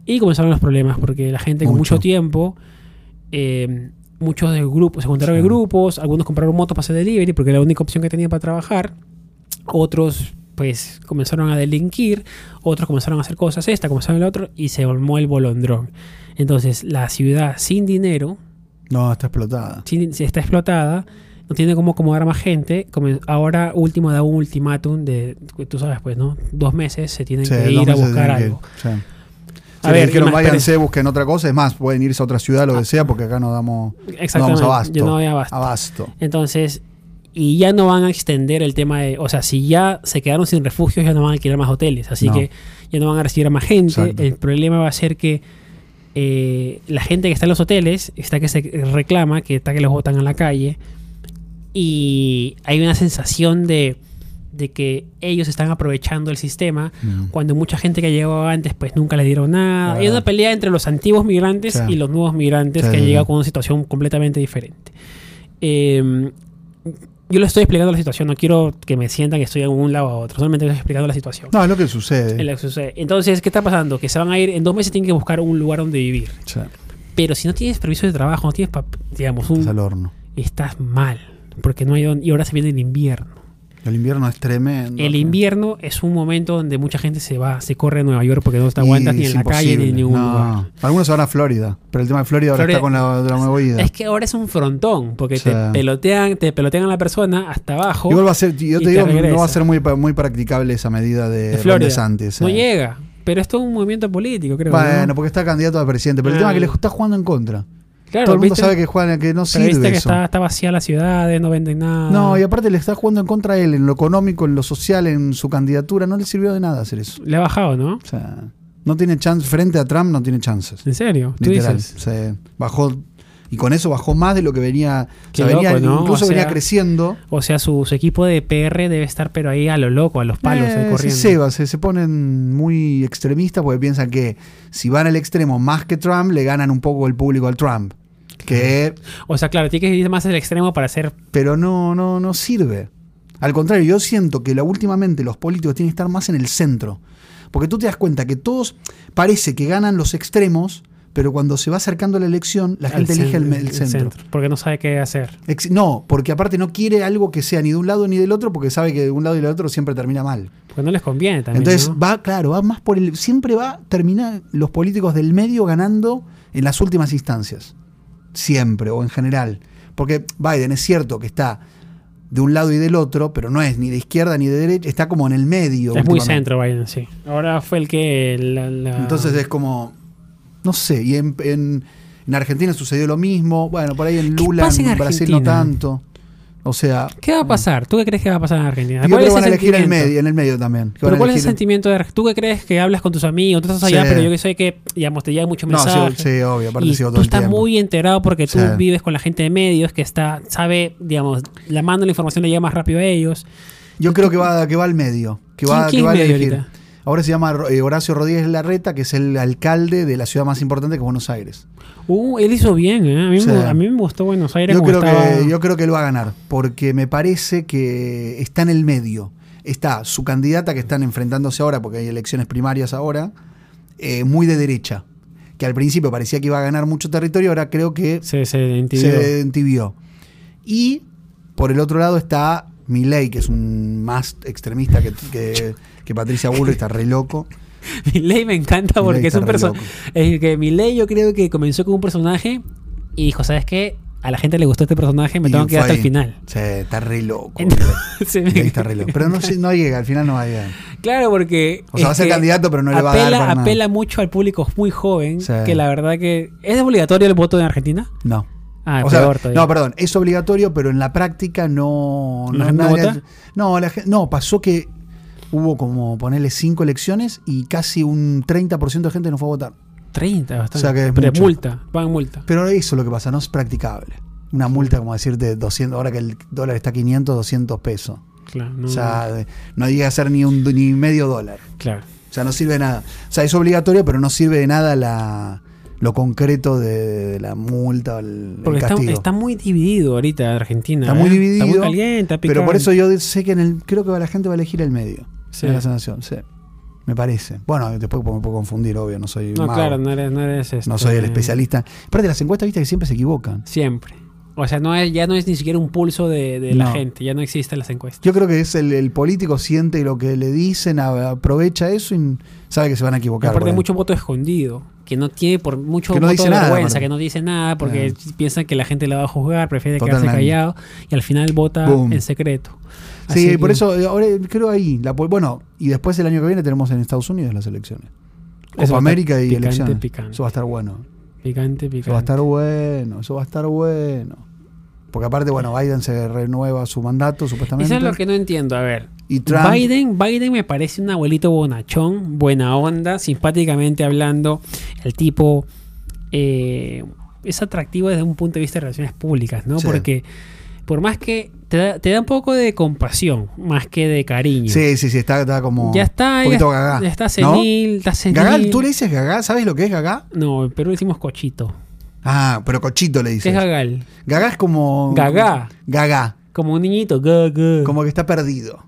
S1: Y comenzaron los problemas, porque la gente con
S2: Mucho.
S1: mucho tiempo, eh, muchos de grupos, se juntaron en
S2: Sí.
S1: grupos, algunos compraron motos para hacer delivery, porque era la única opción que tenían para trabajar. Otros, pues, comenzaron a delinquir, otros comenzaron a hacer cosas, esta, comenzaron el otro, y se armó el bolondrón. Entonces, la ciudad sin dinero,
S2: No, está explotada.
S1: sí, sí está explotada, no tiene cómo acomodar más gente. Como ahora último da un ultimátum de, tú sabes, pues, ¿no? Dos meses se tienen
S2: Sí,
S1: que
S2: dos
S1: ir a
S2: meses
S1: buscar
S2: tienen que-
S1: algo.
S2: sí.
S1: A
S2: Sí, le
S1: ver,
S2: dijeron,
S1: ima-
S2: váyanse, busquen otra cosa. Es más, pueden irse a otra ciudad, lo que sea, porque acá no damos, no damos
S1: Exactamente.
S2: abasto.
S1: yo no había abasto.
S2: Abasto.
S1: Entonces, y ya no van a extender el tema de, o sea, si ya se quedaron sin refugios, ya no van a alquilar más hoteles, así
S2: No.
S1: que ya no van a recibir a más gente.
S2: Exacto.
S1: El problema va a ser que eh, la gente que está en los hoteles está que se reclama, que está que los botan a la calle. y hay una sensación de, de que ellos están aprovechando el sistema
S2: Mm.
S1: cuando mucha gente que llegó antes pues nunca les dieron nada.
S2: Claro.
S1: Hay una pelea entre los antiguos migrantes
S2: Sí.
S1: y los nuevos migrantes
S2: Sí,
S1: que
S2: sí,
S1: han
S2: sí.
S1: llegado con una situación completamente diferente. Eh, yo les estoy explicando la situación, no quiero que me sientan que estoy en un lado a otro, solamente les estoy explicando la situación.
S2: No, es lo que sucede.
S1: en la que sucede. Entonces, ¿qué está pasando? Que se van a ir, en dos meses tienen que buscar un lugar donde vivir.
S2: Sí,
S1: Mm. Pero si no tienes permiso de trabajo, no tienes, pap- digamos, un,
S2: Estás al horno.
S1: estás mal. Porque no hay don- Y ahora se viene el invierno.
S2: El invierno es tremendo.
S1: el
S2: sí.
S1: invierno es un momento donde mucha gente se va, se corre a Nueva York porque no te aguantas
S2: Y
S1: ni
S2: es
S1: en la calle ni en
S2: imposible.
S1: ningún
S2: No.
S1: lugar.
S2: Algunos se van a Florida, pero el tema de Florida ahora
S1: Florida-
S2: está con la, la nueva huida.
S1: Es que ahora es un frontón, porque
S2: Sí.
S1: te pelotean, te pelotean a la persona hasta abajo.
S2: Igual va a ser, yo
S1: y
S2: te
S1: te
S2: digo,
S1: regresa.
S2: no va a ser muy, pa- muy practicable esa medida de,
S1: de Florida.
S2: eh, antes.
S1: No llega. Pero es todo un movimiento político, creo.
S2: Bueno,
S1: ¿no?
S2: porque está candidato a presidente, pero
S1: Ah.
S2: el tema es que le está jugando en contra.
S1: claro,
S2: Todo el mundo
S1: ¿viste?
S2: sabe que juega, que no
S1: Pero viste
S2: sirve
S1: que
S2: eso.
S1: está, ah. está vacía la ciudad, no venden nada.
S2: No, y aparte le está jugando en contra a él, en lo económico, en lo social, en su candidatura. No le sirvió de nada hacer eso.
S1: Le ha bajado, ¿no?
S2: O sea, no tiene chance, frente a Trump no tiene chances.
S1: ¿En serio? ¿Tú
S2: Literal.
S1: dices?
S2: Se bajó, y con eso bajó más de lo que venía. o sea,
S1: Qué
S2: venía-
S1: loco, ¿no?
S2: Incluso
S1: O sea,
S2: venía creciendo.
S1: O sea, su, su equipo de PR debe estar, pero ahí a lo loco, a los palos,
S2: Eh,
S1: ahí
S2: se
S1: corriendo.
S2: ceba, se, se ponen muy extremistas porque piensan que si van al extremo más que Trump, le ganan un poco el público al Trump. Que,
S1: O sea, claro, tiene que ir más al extremo para ser
S2: pero no, no, no sirve. Al contrario, yo siento que la- últimamente los políticos tienen que estar más en el centro. Porque tú te das cuenta que todos parece que ganan los extremos, pero cuando se va acercando la elección, la gente
S1: al
S2: elige el,
S1: cen-
S2: me- el centro.
S1: Porque no sabe qué hacer.
S2: Ex- no, porque aparte no quiere algo que sea ni de un lado ni del otro, porque sabe que de un lado y del otro siempre termina mal.
S1: Porque no les conviene también.
S2: Entonces
S1: ¿no?
S2: va, claro, va más por el. Siempre va, termina los políticos del medio ganando en las últimas instancias. Siempre, o en general. Porque Biden es cierto que está de un lado y del otro, pero no es ni de izquierda ni de derecha, está como en el medio.
S1: es muy
S2: últimamente.
S1: centro Biden, sí. Ahora fue el que. la- la-
S2: Entonces es como. No sé, y en, en- en Argentina sucedió lo mismo. Bueno, por ahí en
S1: ¿Qué
S2: Lula,
S1: pasa en
S2: en Brasil no
S1: Argentina?
S2: tanto. O sea,
S1: ¿Qué va a pasar? ¿Tú qué crees que va a pasar en Argentina?
S2: yo creo
S1: ¿Cuál
S2: que
S1: es
S2: van a
S1: el
S2: elegir en el
S1: sentimiento?
S2: medio, en el medio también. que van
S1: ¿Pero
S2: a
S1: cuál es el
S2: elegir-
S1: sentimiento de ¿Tú qué crees que hablas con tus amigos? Tú estás allá,
S2: Sí.
S1: pero yo que soy que, digamos, te llegan muchos
S2: No, sí,
S1: mensajes.
S2: sí, obvio, aparte
S1: Y
S2: sigo todo
S1: tú
S2: el
S1: estás
S2: tiempo.
S1: muy enterado porque tú
S2: Sí.
S1: vives con la gente de medios que está, sabe, digamos, la mano la información le llega más rápido a ellos.
S2: Yo creo que va, que va al medio. Que
S1: ¿Quién-
S2: va,
S1: quién
S2: que va a
S1: es medio
S2: elegir.
S1: ahorita?
S2: Ahora se llama eh, Horacio Rodríguez Larreta, que es el alcalde de la ciudad más importante que es Buenos Aires.
S1: Uh, él hizo bien, ¿eh? A mí,
S2: Sí.
S1: me, a mí me gustó Buenos Aires.
S2: Yo
S1: como
S2: creo,
S1: estaba-
S2: que, yo creo que él va a ganar, porque me parece que está en el medio. Está su candidata que están enfrentándose ahora, porque hay elecciones primarias ahora, eh, muy de derecha. Que al principio parecía que iba a ganar mucho territorio, ahora creo que
S1: se, se entibió.
S2: se entibió. Y por el otro lado está Milei, que es un más extremista que, que, que Patricia Bullrich, está re loco.
S1: Milei me encanta
S2: Milei
S1: porque es
S2: está
S1: un
S2: re
S1: personaje.
S2: loco.
S1: Es que Milei yo creo que comenzó con un personaje y dijo, ¿sabes qué? A la gente le gustó este personaje, me
S2: Y
S1: tengo que ir
S2: fue
S1: hasta el
S2: ahí.
S1: final.
S2: Sí, está re loco.
S1: Entonces, me-
S2: Milei está re loco. Pero no, sé- no llega, al final no va a llegar.
S1: Claro, porque.
S2: O sea, va a
S1: es
S2: ser
S1: que
S2: candidato, pero no le va a dar
S1: apela-
S2: para nada.
S1: Apela mucho al público muy joven,
S2: Sí.
S1: que la verdad que. ¿Es obligatorio el voto en Argentina?
S2: No.
S1: Ah,
S2: O sea,
S1: peor todavía.
S2: no, perdón, es obligatorio, pero en la práctica no.
S1: ¿La
S2: No,
S1: gente
S2: nadie-
S1: vota?
S2: no, la gen- no, pasó que hubo como ponerle cinco elecciones y casi un 30% de gente no fue a votar.
S1: 30, bastante.
S2: O sea que es
S1: Pero
S2: mucho.
S1: multa, pagan multa.
S2: Pero eso es lo que pasa, no es practicable. Una multa, como decirte, 200, ahora que el dólar está 500, 200 pesos.
S1: Claro, no,
S2: O sea, de- no llega a ser ni, un, ni medio dólar.
S1: claro.
S2: O sea, no sirve de nada. O sea, es obligatorio, pero no sirve de nada la, lo concreto de, de la multa o el, el
S1: Porque está,
S2: castigo.
S1: está muy dividido ahorita Argentina.
S2: Está muy
S1: ¿eh?
S2: dividido.
S1: Está muy caliente, está
S2: pero por
S1: picante.
S2: eso yo sé que en el, creo que la gente va a elegir el medio.
S1: Sí.
S2: Me da la sensación, sí. Me parece. Bueno, después me puedo confundir, obvio, no soy
S1: No,
S2: mago,
S1: claro, no eres, no eres
S2: no
S1: este,
S2: soy el especialista. Aparte, las encuestas, viste que siempre se equivocan.
S1: Siempre. O sea, no es, ya no es ni siquiera un pulso de, de la
S2: No.
S1: gente, ya no existen las encuestas.
S2: Yo creo que es el, el político siente lo que le dicen, a- aprovecha eso y sabe que se van a equivocar.
S1: Aparte
S2: por
S1: hay
S2: ahí.
S1: mucho voto escondido, que no tiene por mucho
S2: Que no
S1: voto
S2: dice
S1: de
S2: nada,
S1: vergüenza,
S2: mano.
S1: que no dice nada, porque
S2: Eh.
S1: piensan que la gente la va a juzgar, prefiere quedarse
S2: Totalmente.
S1: callado y al final vota
S2: Boom.
S1: en secreto.
S2: sí,
S1: Así
S2: por
S1: que
S2: eso eh, ahora creo ahí. la pol- bueno, y después el año que viene tenemos en Estados Unidos las elecciones.
S1: eso va a
S2: Copa
S1: estar
S2: América y
S1: picante,
S2: elecciones.
S1: Picante,
S2: Eso va a estar bueno.
S1: picante,
S2: Eso va a
S1: picante.
S2: estar bueno. Eso va a estar bueno. Porque aparte, bueno, Biden se renueva su mandato supuestamente.
S1: Eso es lo que no entiendo, a ver.
S2: Y Trump.
S1: Biden, Biden me parece un abuelito bonachón, buena onda, simpáticamente hablando. El tipo eh, es atractivo desde un punto de vista de relaciones públicas, ¿no?
S2: Sí.
S1: Porque por más que te da, te da un poco de compasión, más que de cariño.
S2: Sí, sí, sí, está, está como.
S1: Ya está,
S2: Un
S1: ya,
S2: poquito gagá.
S1: ya está
S2: ¿no?
S1: senil, está senil.
S2: Gagá, tú le dices gagá, ¿sabes lo que es gagá?
S1: No, en Perú decimos cochito.
S2: Ah, pero cochito le
S1: ¿Qué
S2: dices.
S1: es gagal?
S2: Gagá es como.
S1: Gagá.
S2: Gagá.
S1: Como un niñito. ga, ga.
S2: Como que está perdido.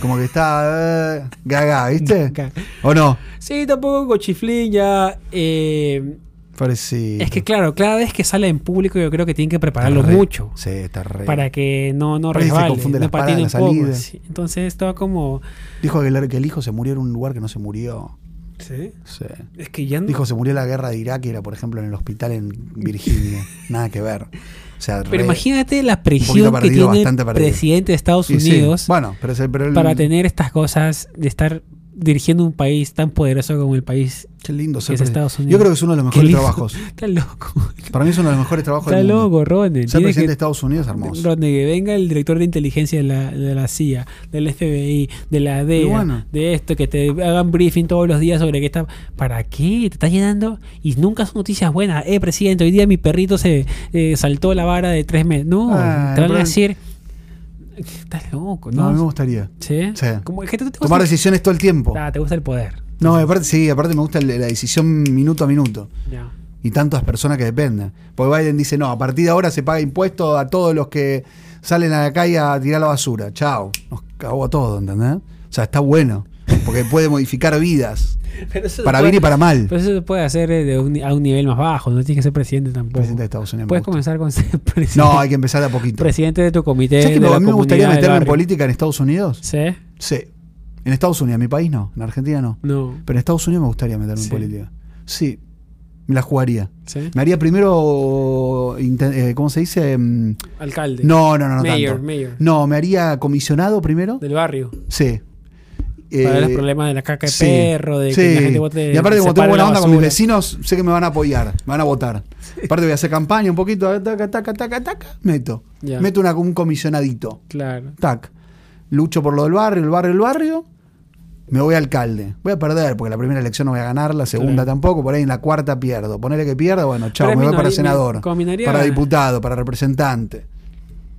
S2: Como que está. eh, gagá, ¿viste?
S1: Ga.
S2: ¿O no?
S1: Sí, tampoco cochiflín ya. eh,
S2: Parecido.
S1: es que claro, cada vez que sale en público yo creo que tienen que prepararlo
S2: Está re-
S1: mucho.
S2: Sí, está re.
S1: Para que no, no
S2: Por ahí se
S1: resbale,
S2: confunde
S1: no
S2: las paradas,
S1: patine un
S2: las
S1: poco.
S2: salidas.
S1: Sí, Entonces estaba como...
S2: Dijo que el, que el hijo se murió en un lugar que no se murió.
S1: ¿Sí?
S2: Sí.
S1: Es que ya no...
S2: Dijo se murió en la guerra de Irak y era, por ejemplo, en el hospital en Virginia. Nada que ver. O sea,
S1: Pero
S2: re-
S1: imagínate la
S2: eh, poquito
S1: presión que
S2: perdido,
S1: tiene
S2: bastante
S1: el
S2: perdido.
S1: presidente de Estados
S2: Y sí,
S1: Unidos
S2: Bueno, pero, es el- pero el-
S1: para tener estas cosas, de estar dirigiendo un país tan poderoso como el país.
S2: Qué lindo ser
S1: es
S2: presidente.
S1: Estados Unidos.
S2: Yo creo que es uno de los
S1: Qué
S2: mejores
S1: lindo.
S2: trabajos.
S1: Está loco.
S2: Para mí es uno de los mejores trabajos
S1: Está
S2: del mundo.
S1: loco, Ronen.
S2: Ser
S1: Tiene
S2: presidente de
S1: que,
S2: Estados Unidos es hermoso.
S1: Ronen, que venga el director de inteligencia de la, de la CIA, del FBI, de la DEA,
S2: bueno.
S1: de esto, que te hagan briefing todos los días sobre qué está. ¿Para qué? Te estás llenando y nunca son noticias buenas. Eh, presidente, hoy día mi perrito se eh, saltó la vara de tres meses. No,
S2: Ah,
S1: te van a
S2: pero-
S1: decir. Estás loco,
S2: No,
S1: ¿no?
S2: a mí me gustaría.
S1: ¿Sí?
S2: Sí.
S1: Como, es que te, te
S2: Tomar
S1: gusta,
S2: decisiones todo el tiempo.
S1: Ah, te gusta el poder.
S2: No, aparte, sí, aparte me gusta la decisión minuto a minuto.
S1: Ya.
S2: Y tantas personas que dependen. Porque Biden dice, no, a partir de ahora se paga impuesto a todos los que salen a la calle a tirar la basura. Chao. Nos cagó a todos, ¿entendés? O sea, está bueno. Porque puede modificar vidas.
S1: Pero eso se
S2: Para
S1: puede-
S2: bien y para mal.
S1: Pero eso se puede hacer eh, de un- a un nivel más bajo, no tienes que ser presidente tampoco.
S2: Presidente de Estados Unidos. me
S1: Puedes
S2: gusta.
S1: comenzar con ser presidente,
S2: No, hay que empezar de a poquito.
S1: pues, presidente de tu comité.
S2: ¿Sabes que
S1: de
S2: me-
S1: la
S2: a mí me gustaría
S1: comunidad del
S2: meterme en
S1: barrio.
S2: política en Estados Unidos?
S1: ¿Sí?
S2: Sí. En Estados Unidos, en mi país no, en Argentina no.
S1: No.
S2: Pero en Estados Unidos me gustaría meterme
S1: Sí.
S2: en política. Sí, me la jugaría.
S1: ¿Sí?
S2: Me haría primero, inte- eh, ¿cómo se dice? Mm,
S1: Alcalde.
S2: No, no, no, no
S1: Mayor,
S2: tanto.
S1: mayor.
S2: No, me haría comisionado primero.
S1: Del barrio.
S2: Sí.
S1: para
S2: Eh,
S1: los problemas de la caca de
S2: sí.
S1: perro, de
S2: Sí.
S1: que la gente vote.
S2: y aparte, como tengo
S1: separe la
S2: buena onda con mis
S1: basura.
S2: vecinos, sé que me van a apoyar, me van a votar. Aparte, voy a hacer campaña un poquito, taca, taca, taca, taca, meto.
S1: Ya.
S2: Meto una- un comisionadito.
S1: Claro.
S2: Tac. Lucho por lo del barrio, el barrio, el barrio. Me voy alcalde. Voy a perder, porque la primera elección no voy a ganar, la segunda
S1: Claro.
S2: tampoco, por ahí en la cuarta pierdo. Ponele que pierda, bueno, chao,
S1: Pero
S2: me
S1: es
S2: voy para
S1: minori-
S2: senador,
S1: con minoría
S2: para
S1: gana.
S2: diputado, para representante.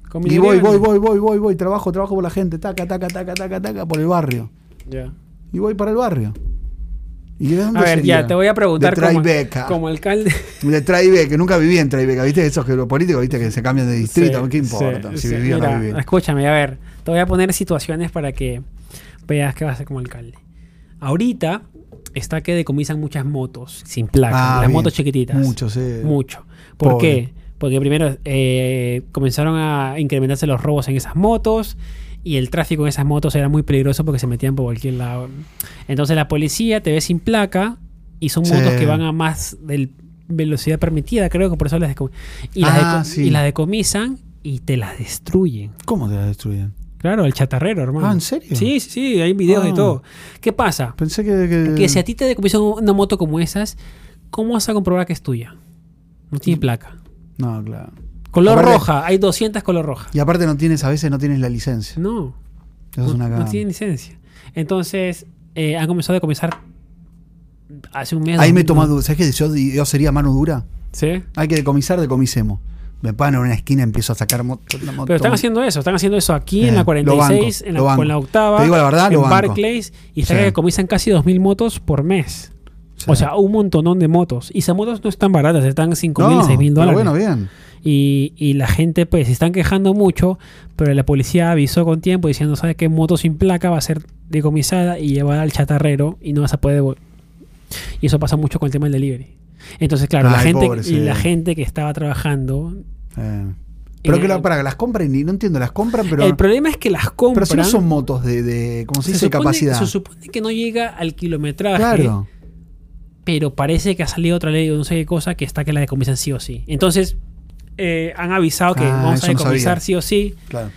S1: Con
S2: Y
S1: minoría
S2: voy, voy,
S1: gana.
S2: voy, voy, voy, voy, trabajo, trabajo por la gente, taca, taca, taca, taca, taca, por el barrio.
S1: Ya.
S2: Y voy para el barrio. ¿Y de dónde
S1: A ver,
S2: sería?
S1: ya, te voy a preguntar
S2: de
S1: como,
S2: Tribeca.
S1: como alcalde.
S2: De Tribeca, nunca viví en Tribeca, ¿viste? Esos que los políticos, ¿viste? Que se cambian de distrito,
S1: Sí,
S2: ¿qué importa?
S1: sí,
S2: si
S1: sí.
S2: viví o
S1: Mira,
S2: no viví.
S1: Escúchame, a ver, te voy a poner situaciones para que veas qué vas a hacer como alcalde. Ahorita está que decomisan muchas motos sin placa,
S2: Ah,
S1: las
S2: bien.
S1: motos chiquititas.
S2: Mucho, sí.
S1: Mucho. ¿Por
S2: Pobre.
S1: qué? Porque primero eh, comenzaron a incrementarse los robos en esas motos y el tráfico en esas motos era muy peligroso porque se metían por cualquier lado. Entonces la policía te ve sin placa y son
S2: Sí.
S1: motos que van a más del velocidad permitida, creo que por eso las descom- y, las
S2: Ah,
S1: deco-
S2: sí.
S1: y las decomisan y te las destruyen.
S2: ¿Cómo te la destruyen?
S1: Claro, el chatarrero, hermano.
S2: Ah, ¿en serio?
S1: Sí, sí, sí, hay videos
S2: Ah.
S1: de todo. ¿Qué pasa?
S2: Pensé que. que-
S1: Que si a ti te decomisan una moto como esas, ¿cómo vas a comprobar que es tuya? No tiene placa.
S2: No, claro.
S1: Color
S2: Aparte-
S1: roja, hay 200 color roja.
S2: Y aparte no tienes, a veces no tienes la licencia.
S1: No,
S2: Eso es
S1: no,
S2: una
S1: no
S2: cagada.
S1: tienen licencia. Entonces, eh, han comenzado a decomisar hace un mes.
S2: Ahí
S1: dos-
S2: me toma duda. ¿Sabes qué? Yo, yo sería mano dura.
S1: ¿Sí?
S2: Hay que decomisar, decomisemos. Me paro en una esquina empiezo a sacar moto. moto-
S1: Pero están haciendo eso, están haciendo eso aquí
S2: Eh,
S1: en la
S2: lo
S1: 46,
S2: banco,
S1: en
S2: lo
S1: la,
S2: banco.
S1: con la octava,
S2: Te digo la verdad, lo
S1: en
S2: banco.
S1: Barclays, y están
S2: Sí.
S1: que comienzan casi 2.000 motos por mes. O sea, un montonón de motos. Y esas motos no están baratas, están 5.000,
S2: No,
S1: 6.000
S2: pero
S1: dólares.
S2: Bueno, bien.
S1: y, y la gente, pues, se están quejando mucho, pero la policía avisó con tiempo diciendo, ¿sabes qué? Moto sin placa va a ser decomisada y llevada al chatarrero y no vas a poder devol- Y eso pasa mucho con el tema del delivery. Entonces, claro, la,
S2: Ay,
S1: gente,
S2: pobre,
S1: y
S2: sí.
S1: la gente que estaba trabajando...
S2: Eh. Pero
S1: en
S2: que
S1: el-
S2: la- para, las compran y no entiendo, las compran, pero.
S1: el problema es que las compran...
S2: pero si no son motos de, de ¿cómo se, dice?
S1: supone,
S2: capacidad.
S1: se supone que no llega al kilometraje,
S2: Claro.
S1: pero parece que ha salido otra ley o no sé qué cosa que está que la decomisan sí o sí. Entonces, eh, han avisado que
S2: Ah,
S1: vamos a
S2: eso no
S1: decomisar
S2: sabía.
S1: sí o sí
S2: Claro.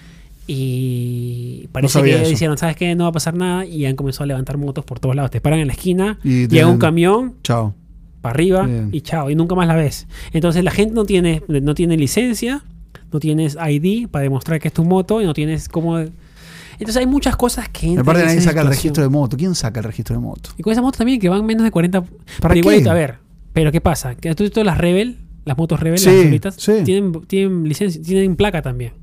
S1: y parece
S2: sabía
S1: que
S2: eso.
S1: dijeron, ¿sabes qué? No va a pasar nada y han comenzado a levantar motos por todos lados. Te paran en la esquina,
S2: Y
S1: llega un
S2: tienen-
S1: camión
S2: Chao.
S1: para arriba
S2: Bien.
S1: y chao, y nunca más la ves. Entonces la gente no tiene, no tiene licencia, no tienes ID para demostrar que es tu moto y no tienes cómo... Entonces hay muchas cosas que... entran
S2: Aparte
S1: en
S2: nadie
S1: esa
S2: saca el
S1: situación.
S2: registro de moto. ¿Quién saca el registro de moto?
S1: Y con esa moto también que van menos de 40.
S2: ¿Para
S1: pero igualito,
S2: qué?
S1: a ver. Pero ¿qué pasa? Que tú todas las Rebel, las motos Rebel,
S2: Sí,
S1: las azulitas,
S2: sí.
S1: tienen, tienen licencia, tienen placa también.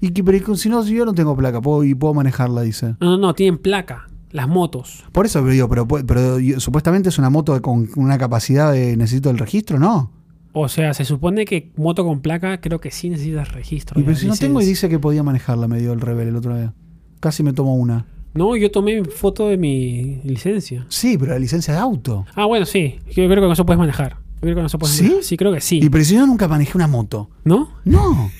S2: Y que, pero si no, si yo no tengo placa puedo, y puedo manejarla, dice.
S1: No, no, no, tienen placa, las motos.
S2: Por eso pero digo, pero, pero, yo- supuestamente es una moto con una capacidad de necesito el registro, ¿no?
S1: O sea, se supone que moto con placa creo que sí necesitas registro.
S2: Y pero
S1: ya,
S2: si no tengo y
S1: licencia.
S2: dice que podía manejarla, me dio el rebel el otro día. Casi me tomo una.
S1: No, yo tomé foto de mi licencia.
S2: Sí, pero la licencia de auto.
S1: Ah, bueno, sí. Yo creo que con eso puedes manejar. Yo creo que con eso puedes
S2: ¿Sí?
S1: manejar. Sí, creo que sí.
S2: Y pero si yo nunca manejé una moto.
S1: ¿No?
S2: No.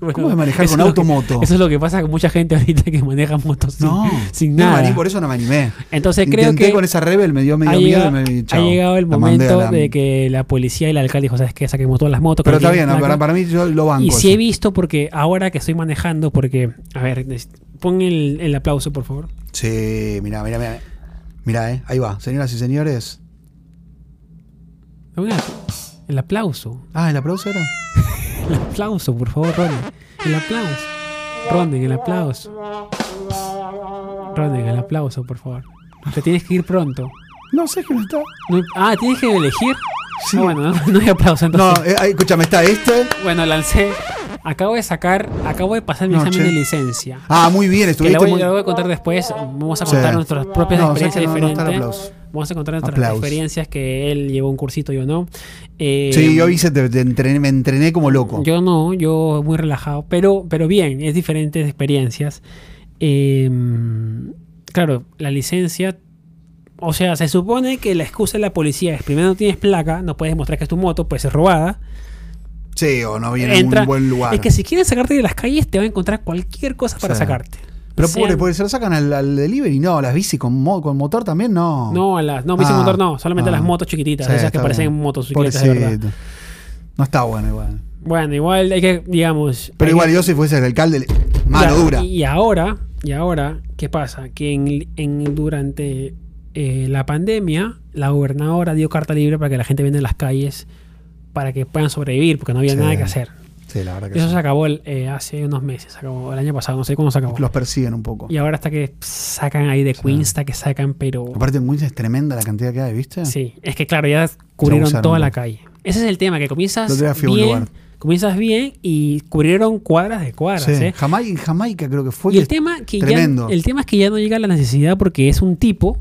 S1: Bueno,
S2: ¿Cómo voy a manejar
S1: eso
S2: con
S1: es lo que-
S2: automoto?
S1: Eso es lo que pasa con mucha gente ahorita que maneja motos sin,
S2: No.
S1: sin
S2: No me
S1: nada.
S2: animé, por eso no me animé.
S1: Entonces creo
S2: Intenté
S1: que
S2: con esa rebel, me dio medio
S1: ha,
S2: miedo.
S1: llegado,
S2: y me- y
S1: ha
S2: chao.
S1: llegado el
S2: La mandé a
S1: momento
S2: la-
S1: de que la policía y el alcalde dijo, ¿sabes qué? Saquemos todas las motos. que
S2: Pero
S1: no
S2: está bien,
S1: tienen placa".
S2: para, para mí yo lo banco.
S1: Y sí he
S2: eso.
S1: visto porque ahora que estoy manejando, porque, a ver, des- pon el, el aplauso, por favor.
S2: Sí, mira, mira, mira. Mira, eh. Ahí va, señoras y señores.
S1: Dame un apl- El aplauso.
S2: Ah, ¿el aplauso era?
S1: El aplauso, por favor, Ronen. El aplauso. Ronen, el aplauso. Ronen, el aplauso, por favor. Te tienes que ir pronto.
S2: No sé que no está.
S1: No hay- ah, tienes que elegir.
S2: Sí.
S1: Ah, bueno, no, no hay aplauso
S2: No,
S1: entonces.
S2: eh, ahí, escúchame, está este.
S1: Bueno, lancé. Acabo de sacar, acabo de pasar mi
S2: No,
S1: examen
S2: che.
S1: de licencia.
S2: Ah, muy bien,
S1: Que la
S2: estuviste
S1: voy,
S2: muy.
S1: la voy a contar después. Vamos a
S2: Sí.
S1: contar nuestras propias
S2: No, sé
S1: experiencias
S2: que no- no está el
S1: diferentes.
S2: aplauso.
S1: Vamos a contar nuestras
S2: Aplausos.
S1: experiencias que él llevó un cursito, yo no. Eh,
S2: Sí, yo hice, te- te entrené- me entrené como loco.
S1: Yo no, yo muy relajado, pero, pero bien, es diferentes experiencias. Eh, claro, la licencia, o sea, se supone que la excusa de la policía es, primero no tienes placa, no puedes demostrar que es tu moto, pues es robada.
S2: sí, o no viene en
S1: Entra,
S2: un buen lugar.
S1: Es que si quieren sacarte de las calles, te va a encontrar cualquier cosa para
S2: Sí.
S1: sacarte.
S2: Pero
S1: Sean-
S2: pobre, porque se lo sacan al, al delivery. No, las bici con, mo- con motor también, no.
S1: No, a las, no, bici
S2: Ah,
S1: motor no, solamente a
S2: ah.
S1: las motos chiquititas,
S2: Sí,
S1: esas que
S2: está
S1: parecen
S2: bien.
S1: motocicletas, de verdad.
S2: Pobrecito. No está bueno igual.
S1: Bueno, igual hay que, digamos.
S2: Pero
S1: hay
S2: igual
S1: que-
S2: yo si fuese el alcalde, le- mano
S1: Claro,
S2: dura.
S1: Y ahora, y ahora, ¿qué pasa? Que en, en- durante eh, la pandemia, la gobernadora dio carta libre para que la gente venda en las calles para que puedan sobrevivir, porque no había
S2: Sí.
S1: nada que hacer.
S2: Sí, la verdad que
S1: Eso
S2: sí.
S1: se acabó el- eh, hace unos meses, se acabó el año pasado, no sé cuándo se acabó.
S2: Los persiguen un poco.
S1: Y ahora hasta que sacan ahí de Queensta, que sacan, pero...
S2: Aparte en Queens es tremenda la cantidad que hay, ¿viste?
S1: Sí, es que claro, ya cubrieron
S2: usaron
S1: toda la
S2: mucho.
S1: calle. Ese es el tema, que comienzas
S2: El otro día fui a un
S1: bien,
S2: lugar.
S1: comienzas bien y cubrieron cuadras de cuadras,
S2: Sí.
S1: ¿eh?
S2: Jamai- en Jamaica creo que fue.
S1: Y el
S2: que-
S1: tema, que ya,
S2: tremendo.
S1: el tema es que ya no llega a la necesidad porque es un tipo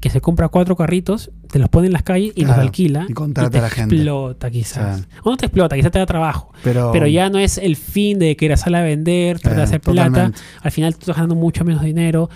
S1: que se compra cuatro carritos, te los pone en las calles y los
S2: Claro,
S1: alquila.
S2: y contrata
S1: te
S2: a la gente.
S1: explota quizás.
S2: Sí.
S1: O no te explota, quizás te da trabajo.
S2: pero,
S1: Pero ya no es el fin de que ir a sala a vender, tratar de
S2: Sí,
S1: hacer plata.
S2: Eh, totalmente.
S1: Al final tú estás ganando mucho menos dinero.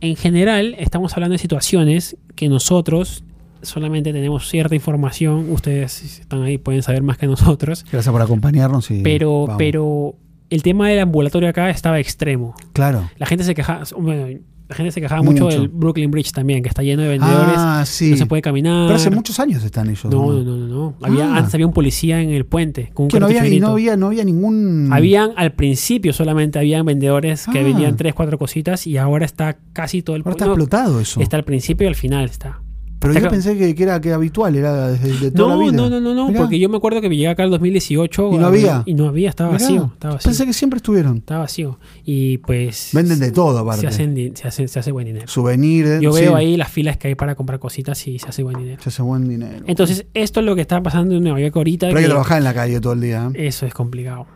S1: En general, estamos hablando de situaciones que nosotros solamente tenemos cierta información. Ustedes si están ahí, pueden saber más que nosotros.
S2: Gracias por acompañarnos. Y,
S1: Pero,
S2: vamos.
S1: pero el tema del ambulatorio acá estaba extremo.
S2: Claro.
S1: La gente se quejaba, bueno, la gente se quejaba
S2: Mucho.
S1: mucho del Brooklyn Bridge también, que está lleno de vendedores,
S2: ah, sí.
S1: no se puede caminar.
S2: Pero hace muchos años están ellos.
S1: Ah. no, no, no, no, no. Había,
S2: Ah.
S1: Antes había un policía en el puente con un
S2: Que no había, y
S1: cartucho
S2: no
S1: grito.
S2: había, no había ningún.
S1: Habían al principio solamente habían vendedores que
S2: Ah.
S1: vendían tres, cuatro cositas y ahora está casi todo el
S2: Ahora está
S1: no,
S2: explotado eso.
S1: está al principio y al final está.
S2: pero
S1: está
S2: yo
S1: acá.
S2: pensé que, que era que era habitual, era desde de toda
S1: No,
S2: la vida.
S1: no, no, no, no,
S2: Mirá,
S1: porque yo me acuerdo que llegué acá el 2018
S2: Y no
S1: a-
S2: había.
S1: y no había, estaba
S2: mirá,
S1: vacío, estaba vacío.
S2: Pensé que siempre estuvieron.
S1: Estaba vacío y pues
S2: Venden de todo, aparte.
S1: se hacen di- se hacen- se hace buen dinero.
S2: Souvenir. eh,
S1: Yo
S2: sí,
S1: veo ahí las filas que hay para comprar cositas y se hace buen dinero.
S2: Se hace buen dinero.
S1: Entonces, esto es lo que está pasando en Nueva York ahorita.
S2: pero hay que
S1: que
S2: trabajar en la calle todo el día. ¿eh?
S1: Eso es complicado.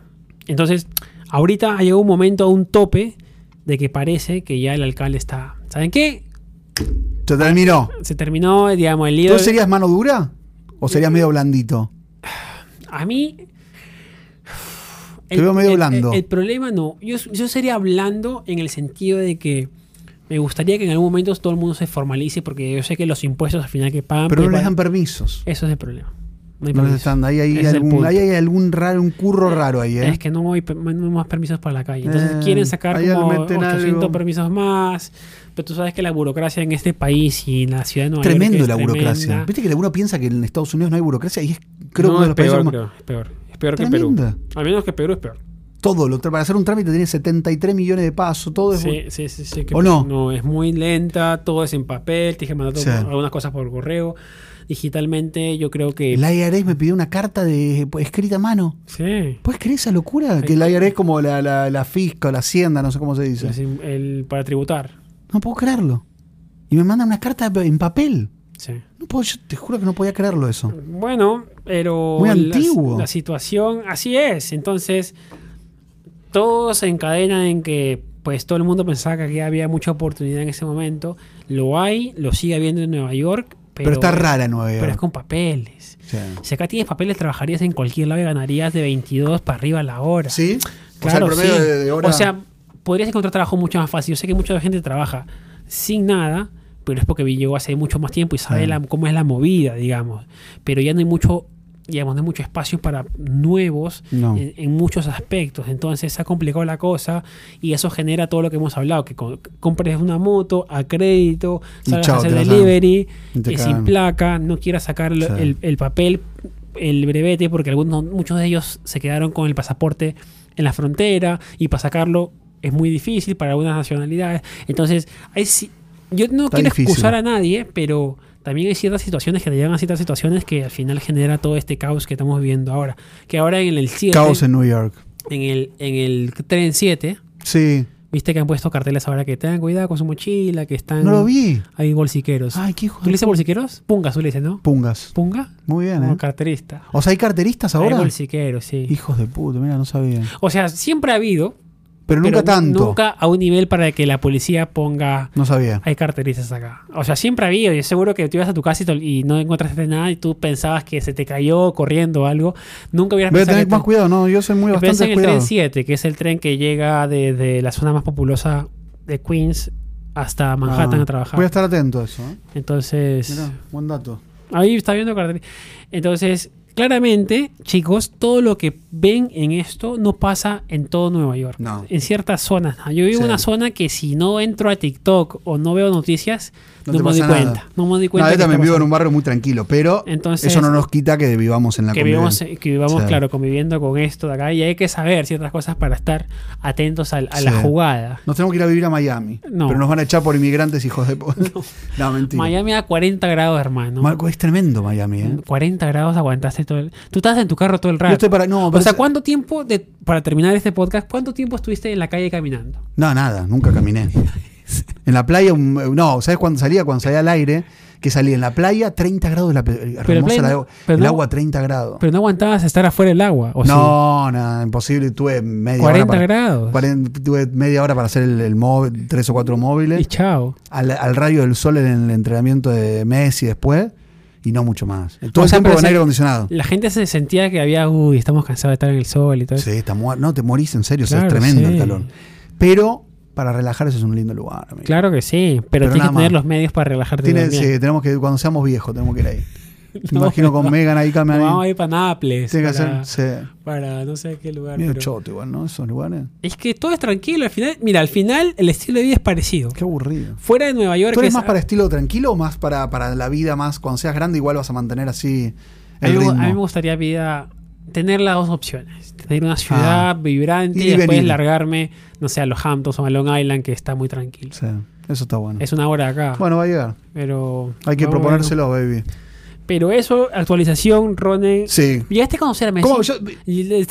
S1: Entonces, ahorita ha llegado un momento, un tope, de que parece que ya el alcalde está. ¿Saben qué?
S2: Se terminó.
S1: Se terminó, digamos, el lío.
S2: ¿Tú serías mano dura? ¿O serías medio blandito?
S1: A mí.
S2: Te veo medio blando.
S1: El, problema no. Yo, yo sería blando en el sentido de que me gustaría que en algún momento todo el mundo se formalice, porque yo sé que los impuestos al final que pagan. pues,
S2: Pero no les
S1: prepara-
S2: dan permisos.
S1: Eso es el problema. No hay
S2: No les
S1: permiso.
S2: están dando. Ahí hay,
S1: Ese
S2: ¿eh?
S1: es el
S2: algún,
S1: punto.
S2: ahí hay algún raro, un curro raro ahí, ¿eh?
S1: Es que no hay, per- no hay más permisos para la calle. Entonces
S2: Eh,
S1: quieren sacar
S2: ahí
S1: como
S2: le meten
S1: 800
S2: algo.
S1: permisos más. Pero tú sabes que la burocracia en este país y en la ciudad de Nueva York
S2: Tremendo
S1: es
S2: la burocracia.
S1: tremenda.
S2: Viste que uno piensa que en Estados Unidos no hay burocracia y es, creo,
S1: No,
S2: uno de
S1: es
S2: los
S1: peor,
S2: países más-
S1: creo, es peor. Es peor que Perú.
S2: Tremenda.
S1: Al menos que Perú es peor.
S2: Todo, lo, tra- para hacer un trámite tiene 73 millones de pasos, todo es...
S1: Sí, sí, sí, sí, que
S2: ¿O no?
S1: es muy lenta, todo es en papel, tienes que mandar todo-
S2: Sí.
S1: algunas cosas por correo. Digitalmente yo creo que...
S2: El IRS me pidió una carta de pues, escrita a mano.
S1: Sí.
S2: ¿Puedes creer esa locura? Que el IRS es como la, la, la fisca o la hacienda, no sé cómo se dice.
S1: es en- el- para tributar.
S2: No puedo creerlo. Y me mandan una carta en papel.
S1: Sí.
S2: No puedo, yo te juro que no podía creerlo eso.
S1: Bueno, pero
S2: Muy
S1: la-
S2: antiguo.
S1: La, situación así es. Entonces, todo se encadena en que pues todo el mundo pensaba que aquí había mucha oportunidad en ese momento. Lo hay, lo sigue habiendo en Nueva York, pero,
S2: Pero, está rara Nueva York.
S1: pero es con papeles.
S2: Sí.
S1: Si acá tienes papeles, trabajarías en cualquier lado y ganarías de 22 para arriba la hora.
S2: ¿Sí?
S1: Claro,
S2: o sea, el promedio
S1: sí.
S2: de, de hora.
S1: O sea, podrías encontrar trabajo mucho más fácil. Yo sé que mucha gente trabaja sin nada, pero es porque llegó hace mucho más tiempo y sabe
S2: Claro.
S1: la- cómo es la movida, digamos. Pero ya no hay mucho, digamos, no hay mucho espacio para nuevos
S2: No.
S1: en, en muchos aspectos. Entonces se ha complicado la cosa y eso genera todo lo que hemos hablado, que co- compres una moto a crédito,
S2: Y
S1: salgas
S2: chao,
S1: a hacer
S2: te la
S1: delivery,
S2: Y te
S1: eh,
S2: cagan.
S1: sin placa, no quieras sacar lo-
S2: Sí.
S1: el, el papel, el brevete, porque algunos, muchos de ellos se quedaron con el pasaporte en la frontera y para sacarlo es muy difícil para algunas nacionalidades. Entonces, hay, ci- yo no
S2: Está
S1: quiero
S2: difícil.
S1: excusar a nadie, pero también hay ciertas situaciones que te llevan a ciertas situaciones que al final genera todo este caos que estamos viviendo ahora. Que ahora en el 7,
S2: Caos en New York.
S1: en el, en el tren 7,
S2: Sí.
S1: viste que han puesto carteles ahora que tengan cuidado con su mochila, que están
S2: No lo vi.
S1: ahí bolsiqueros.
S2: Ay, qué hijo
S1: ¿Tú le
S2: de
S1: dices bolsiqueros? Pungas, tú le dices, ¿no?
S2: pungas.
S1: Punga,
S2: Muy bien,
S1: como
S2: ¿eh?
S1: carterista.
S2: O sea, hay carteristas
S1: Hay
S2: ahora.
S1: bolsiqueros, sí.
S2: Hijos de puta, mira, no sabía.
S1: O sea, siempre ha habido,
S2: Pero nunca
S1: pero
S2: tanto.
S1: nunca a un nivel para que la policía ponga
S2: No sabía.
S1: hay carteristas acá. O sea, siempre ha habido. Yo seguro que tú ibas a tu casa y, te- y no encontraste nada y tú pensabas que se te cayó corriendo o algo. Nunca hubieras
S2: Voy a
S1: pensado
S2: tener
S1: que
S2: más
S1: te-
S2: cuidado, no, yo soy muy
S1: Piensa
S2: bastante
S1: en el tren
S2: cuidado.
S1: 7, que es el tren que llega desde la zona más populosa de Queens hasta Manhattan
S2: Ah,
S1: a trabajar.
S2: Voy a estar atento a eso. ¿eh?
S1: Entonces,
S2: Mirá, buen dato.
S1: ahí está viendo cartel. Entonces, claramente, chicos, todo lo que ven en esto no pasa en todo Nueva York.
S2: No.
S1: En ciertas zonas. Ah, Yo vivo en
S2: Sí.
S1: una zona que si no entro a TikTok o no veo noticias,
S2: No
S1: no,
S2: te
S1: me doy
S2: pasa nada.
S1: cuenta. No me doy
S2: No,
S1: cuenta.
S2: yo
S1: que
S2: también
S1: está
S2: vivo en
S1: pasando.
S2: un barrio muy tranquilo, pero
S1: Entonces,
S2: eso no nos quita que vivamos en la
S1: que vivamos,
S2: convivencia.
S1: que vivamos,
S2: Sí.
S1: claro, conviviendo con esto de acá y hay que saber ciertas cosas para estar atentos al- a, la
S2: Sí.
S1: jugada.
S2: Nos tenemos que ir a vivir a Miami.
S1: No.
S2: Pero nos van a echar por inmigrantes, hijos de puta. No, mentira.
S1: Miami a 40 grados, hermano.
S2: Marco, es tremendo Miami, ¿eh?
S1: 40 grados aguantaste todo el... Tú estabas en tu carro todo el rato.
S2: Yo estoy para. No,
S1: O
S2: pero-
S1: sea, ¿cuánto tiempo, de, para terminar este podcast, cuánto tiempo estuviste en la calle caminando?
S2: No, nada, nunca caminé. En la playa, un- no, ¿sabes cuándo salía? Cuando salía al aire, que salía en la playa, 30 grados, la, hermosa
S1: playa
S2: la
S1: no-
S2: agua,
S1: pero
S2: el
S1: no-
S2: agua 30 grados.
S1: Pero no aguantabas estar afuera del agua, ¿o
S2: no, nada, imposible, tuve
S1: sí?
S2: media
S1: 40
S2: hora. Para,
S1: grados.
S2: 40 tuve media hora para hacer el, el móvil, tres o cuatro
S1: Y
S2: móviles,
S1: chao.
S2: al, al rayo del sol en el entrenamiento de Messi después, y no mucho más. Todo
S1: O
S2: el
S1: sea,
S2: tiempo
S1: pero
S2: con
S1: se-
S2: aire acondicionado.
S1: La gente se sentía que había, uy, estamos cansados de estar en el sol y todo eso.
S2: Sí, está muer- no, te morís en serio, o sea, es
S1: Claro,
S2: tremendo el
S1: sí.
S2: calor. Pero para relajarse es un lindo lugar, amigo.
S1: Claro que sí, pero,
S2: Pero
S1: tienes
S2: nada
S1: que tener
S2: más.
S1: los medios para relajarte
S2: Tiene-
S1: también.
S2: sí, tenemos que, cuando seamos viejos, tenemos que ir ahí. Te
S1: No,
S2: imagino con
S1: no.
S2: Megan ahí
S1: No
S2: caminando.
S1: vamos a ir para Nápoles.
S2: Tiene que
S1: para,
S2: hacer. sí.
S1: para no sé qué lugar.
S2: Medio
S1: pero-
S2: choto igual, ¿no? Esos lugares.
S1: Es que todo es tranquilo. Al final, mira, al final el estilo de vida es parecido.
S2: Qué aburrido.
S1: Fuera de Nueva York,
S2: ¿Tú eres
S1: es-
S2: más para estilo tranquilo o más para, para la vida más? Cuando seas grande, igual vas a mantener así el
S1: a, mí, me-
S2: ritmo.
S1: a mí me gustaría vida tener las dos opciones. Tener una ciudad vibrante y,
S2: Ir Ah. y
S1: después
S2: venir.
S1: largarme, no sé, a los Hamptons o a Long Island, que está muy tranquilo.
S2: Sí, eso está bueno.
S1: Es una hora acá.
S2: Bueno, va a llegar.
S1: pero
S2: Hay
S1: vamos
S2: que
S1: a verlo.
S2: proponérselo, baby.
S1: Pero eso, actualización, Ronen.
S2: Sí.
S1: Llegaste a conocer a Messi.
S2: ¿Cómo? Yo
S1: Y le-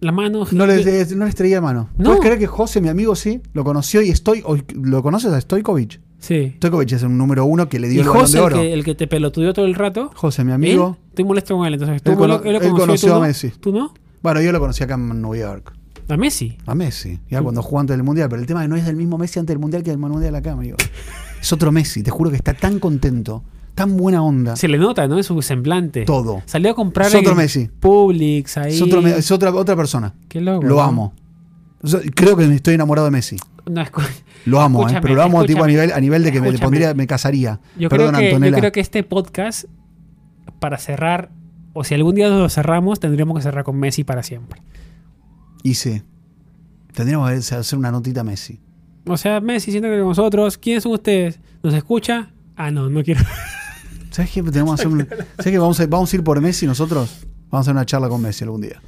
S1: la mano.
S2: no les, eh, no les traía mano.
S1: No.
S2: ¿Puedes creer que José, mi amigo, sí, lo conoció y estoy. o- ¿Lo conoces a Stojkovic?
S1: Sí.
S2: Stojkovic es un número uno que le dio
S1: Y
S2: el balón de
S1: José, el
S2: oro.
S1: que, ¿Eh? el que te pelotudió todo el rato.
S2: José, mi amigo.
S1: Él, estoy molesto con él. Entonces, tú
S2: Él
S1: lo-
S2: cono-
S1: él lo
S2: él
S1: conoció,
S2: conoció
S1: ¿tú
S2: a
S1: no?
S2: Messi.
S1: ¿Tú no?
S2: Bueno, yo lo conocí acá en Nueva York.
S1: A Messi.
S2: A Messi. Ya cuando jugó antes del Mundial. Pero el tema es que no es del mismo Messi antes del Mundial que del Mundial acá, amigo. Es otro Messi. Te juro que está tan contento. Tan buena onda.
S1: Se le nota, ¿no? En su semblante.
S2: Ah. Todo.
S1: Salió a comprar
S2: Es otro
S1: en
S2: Messi.
S1: Publix ahí.
S2: Es, otro me- es otra, otra persona.
S1: Qué loco.
S2: Lo
S1: ¿no?
S2: amo. Yo creo que estoy enamorado de Messi.
S1: No, escu-
S2: Lo amo, ¿eh?
S1: Escúchame,
S2: Pero lo amo tipo a
S1: escúchame,
S2: nivel, a nivel de que me, le
S1: escúchame.
S2: pondría, me casaría.
S1: yo, creo
S2: Perdón,
S1: que, yo
S2: Antonella.
S1: creo que este podcast, para cerrar, o si algún día lo cerramos, tendríamos que cerrar con Messi para siempre.
S2: Y sí. Tendríamos que hacer una notita a Messi.
S1: O sea, Messi, siéntate con nosotros. ¿Quiénes son ustedes? ¿Nos escucha? Ah, no, no quiero.
S2: ¿Sabes qué? Tenemos que hacer un- ¿Sabes qué? Vamos a, vamos a ir por Messi nosotros. Vamos a hacer una charla con Messi algún día.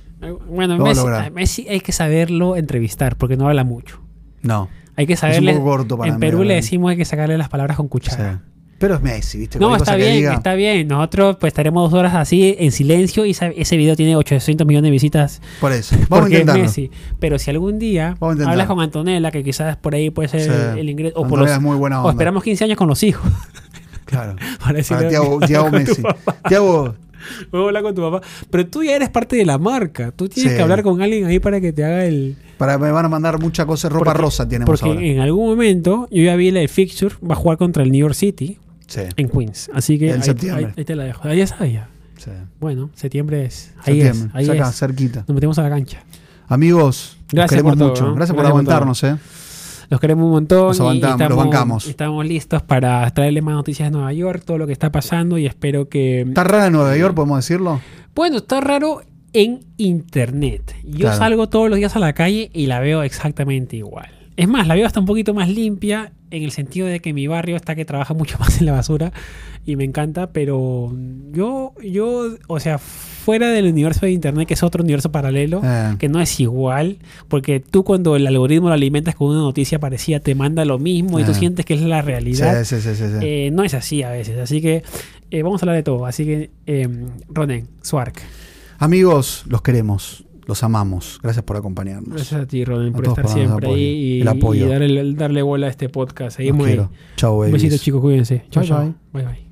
S1: Bueno,
S2: Lo va a
S1: Messi,
S2: lograr.
S1: a Messi hay que saberlo entrevistar porque no habla mucho.
S2: No.
S1: Hay que saberle.
S2: poco corto para
S1: en
S2: mí,
S1: Perú
S2: ¿verdad?
S1: le decimos hay que sacarle las palabras con cuchara.
S2: Sí. Pero es Messi, ¿viste?
S1: No,
S2: Cualquier
S1: está
S2: cosa que
S1: bien,
S2: diga-
S1: está bien. Nosotros pues estaremos dos horas así en silencio y esa- ese video tiene 800 millones de visitas
S2: Por eso. Vamos a
S1: porque es
S2: intentarlo.
S1: Messi. Pero si algún día
S2: Vamos a intentarlo.
S1: hablas con Antonella, que quizás por ahí puede ser
S2: Sí.
S1: el- el ingreso, o, por
S2: Antonella
S1: los-
S2: es muy buena
S1: o
S2: onda.
S1: esperamos 15 años con los hijos.
S2: Claro.
S1: Para decirle-
S2: Para Tiago, Tiago
S1: con tu
S2: Messi.
S1: papá.
S2: Tiago,
S1: Voy a hablar con tu papá. Pero tú ya eres parte de la marca. Tú tienes
S2: Sí.
S1: que hablar con alguien ahí para que te haga el.
S2: Para, me van a mandar mucha cosa, ropa
S1: Porque-
S2: rosa tenemos
S1: Porque
S2: ahora.
S1: en algún momento yo ya vi la de Fixture, va a jugar contra el New York City
S2: Sí,
S1: en Queens. Así que
S2: En
S1: ahí,
S2: septiembre.
S1: ahí- ahí te la dejo. Ahí está ya.
S2: sí.
S1: Bueno, septiembre es. Ahí
S2: Septiembre,
S1: es. Ahí
S2: es acá,
S1: es.
S2: cerquita.
S1: Nos metemos a la cancha.
S2: Amigos, los
S1: Gracias
S2: queremos
S1: por todo,
S2: mucho.
S1: ¿no? Gracias
S2: Gracias por
S1: por
S2: aguantarnos, ¿eh?
S1: Los queremos un montón.
S2: Los
S1: y- y
S2: aguantamos, los
S1: estamos,
S2: bancamos.
S1: Estamos listos para traerle más noticias de Nueva York, todo lo que está pasando y espero que...
S2: ¿Está rara Nueva York, podemos decirlo?
S1: Bueno, está raro en internet. Yo
S2: Claro.
S1: salgo todos los días a la calle y la veo exactamente igual. Es más, la veo hasta un poquito más limpia en el sentido de que mi barrio está que trabaja mucho más en la basura y me encanta, pero yo, yo, o sea, fuera del universo de internet, que es otro universo paralelo,
S2: Eh.
S1: que no es igual, porque tú cuando el algoritmo lo alimentas con una noticia parecida, te manda lo mismo y
S2: Ah.
S1: tú sientes que es la
S2: Sí,
S1: realidad.
S2: sí, sí, sí, sí.
S1: Eh, no es así a veces, así que eh, vamos a hablar de todo. Así que, eh, Ronen, Swark.
S2: Amigos, los queremos, los amamos. Gracias por acompañarnos.
S1: Gracias a ti, Ronen, por
S2: todos
S1: estar
S2: por darnos
S1: siempre
S2: apoyo,
S1: ahí y,
S2: el apoyo.
S1: y darle, darle bola a este podcast.
S2: Los
S1: Seguimos ahí.
S2: quiero. Chao,
S1: Un besito,
S2: babies.
S1: chicos, cuídense. Chao,
S2: Bye,
S1: chao. Bye, bye.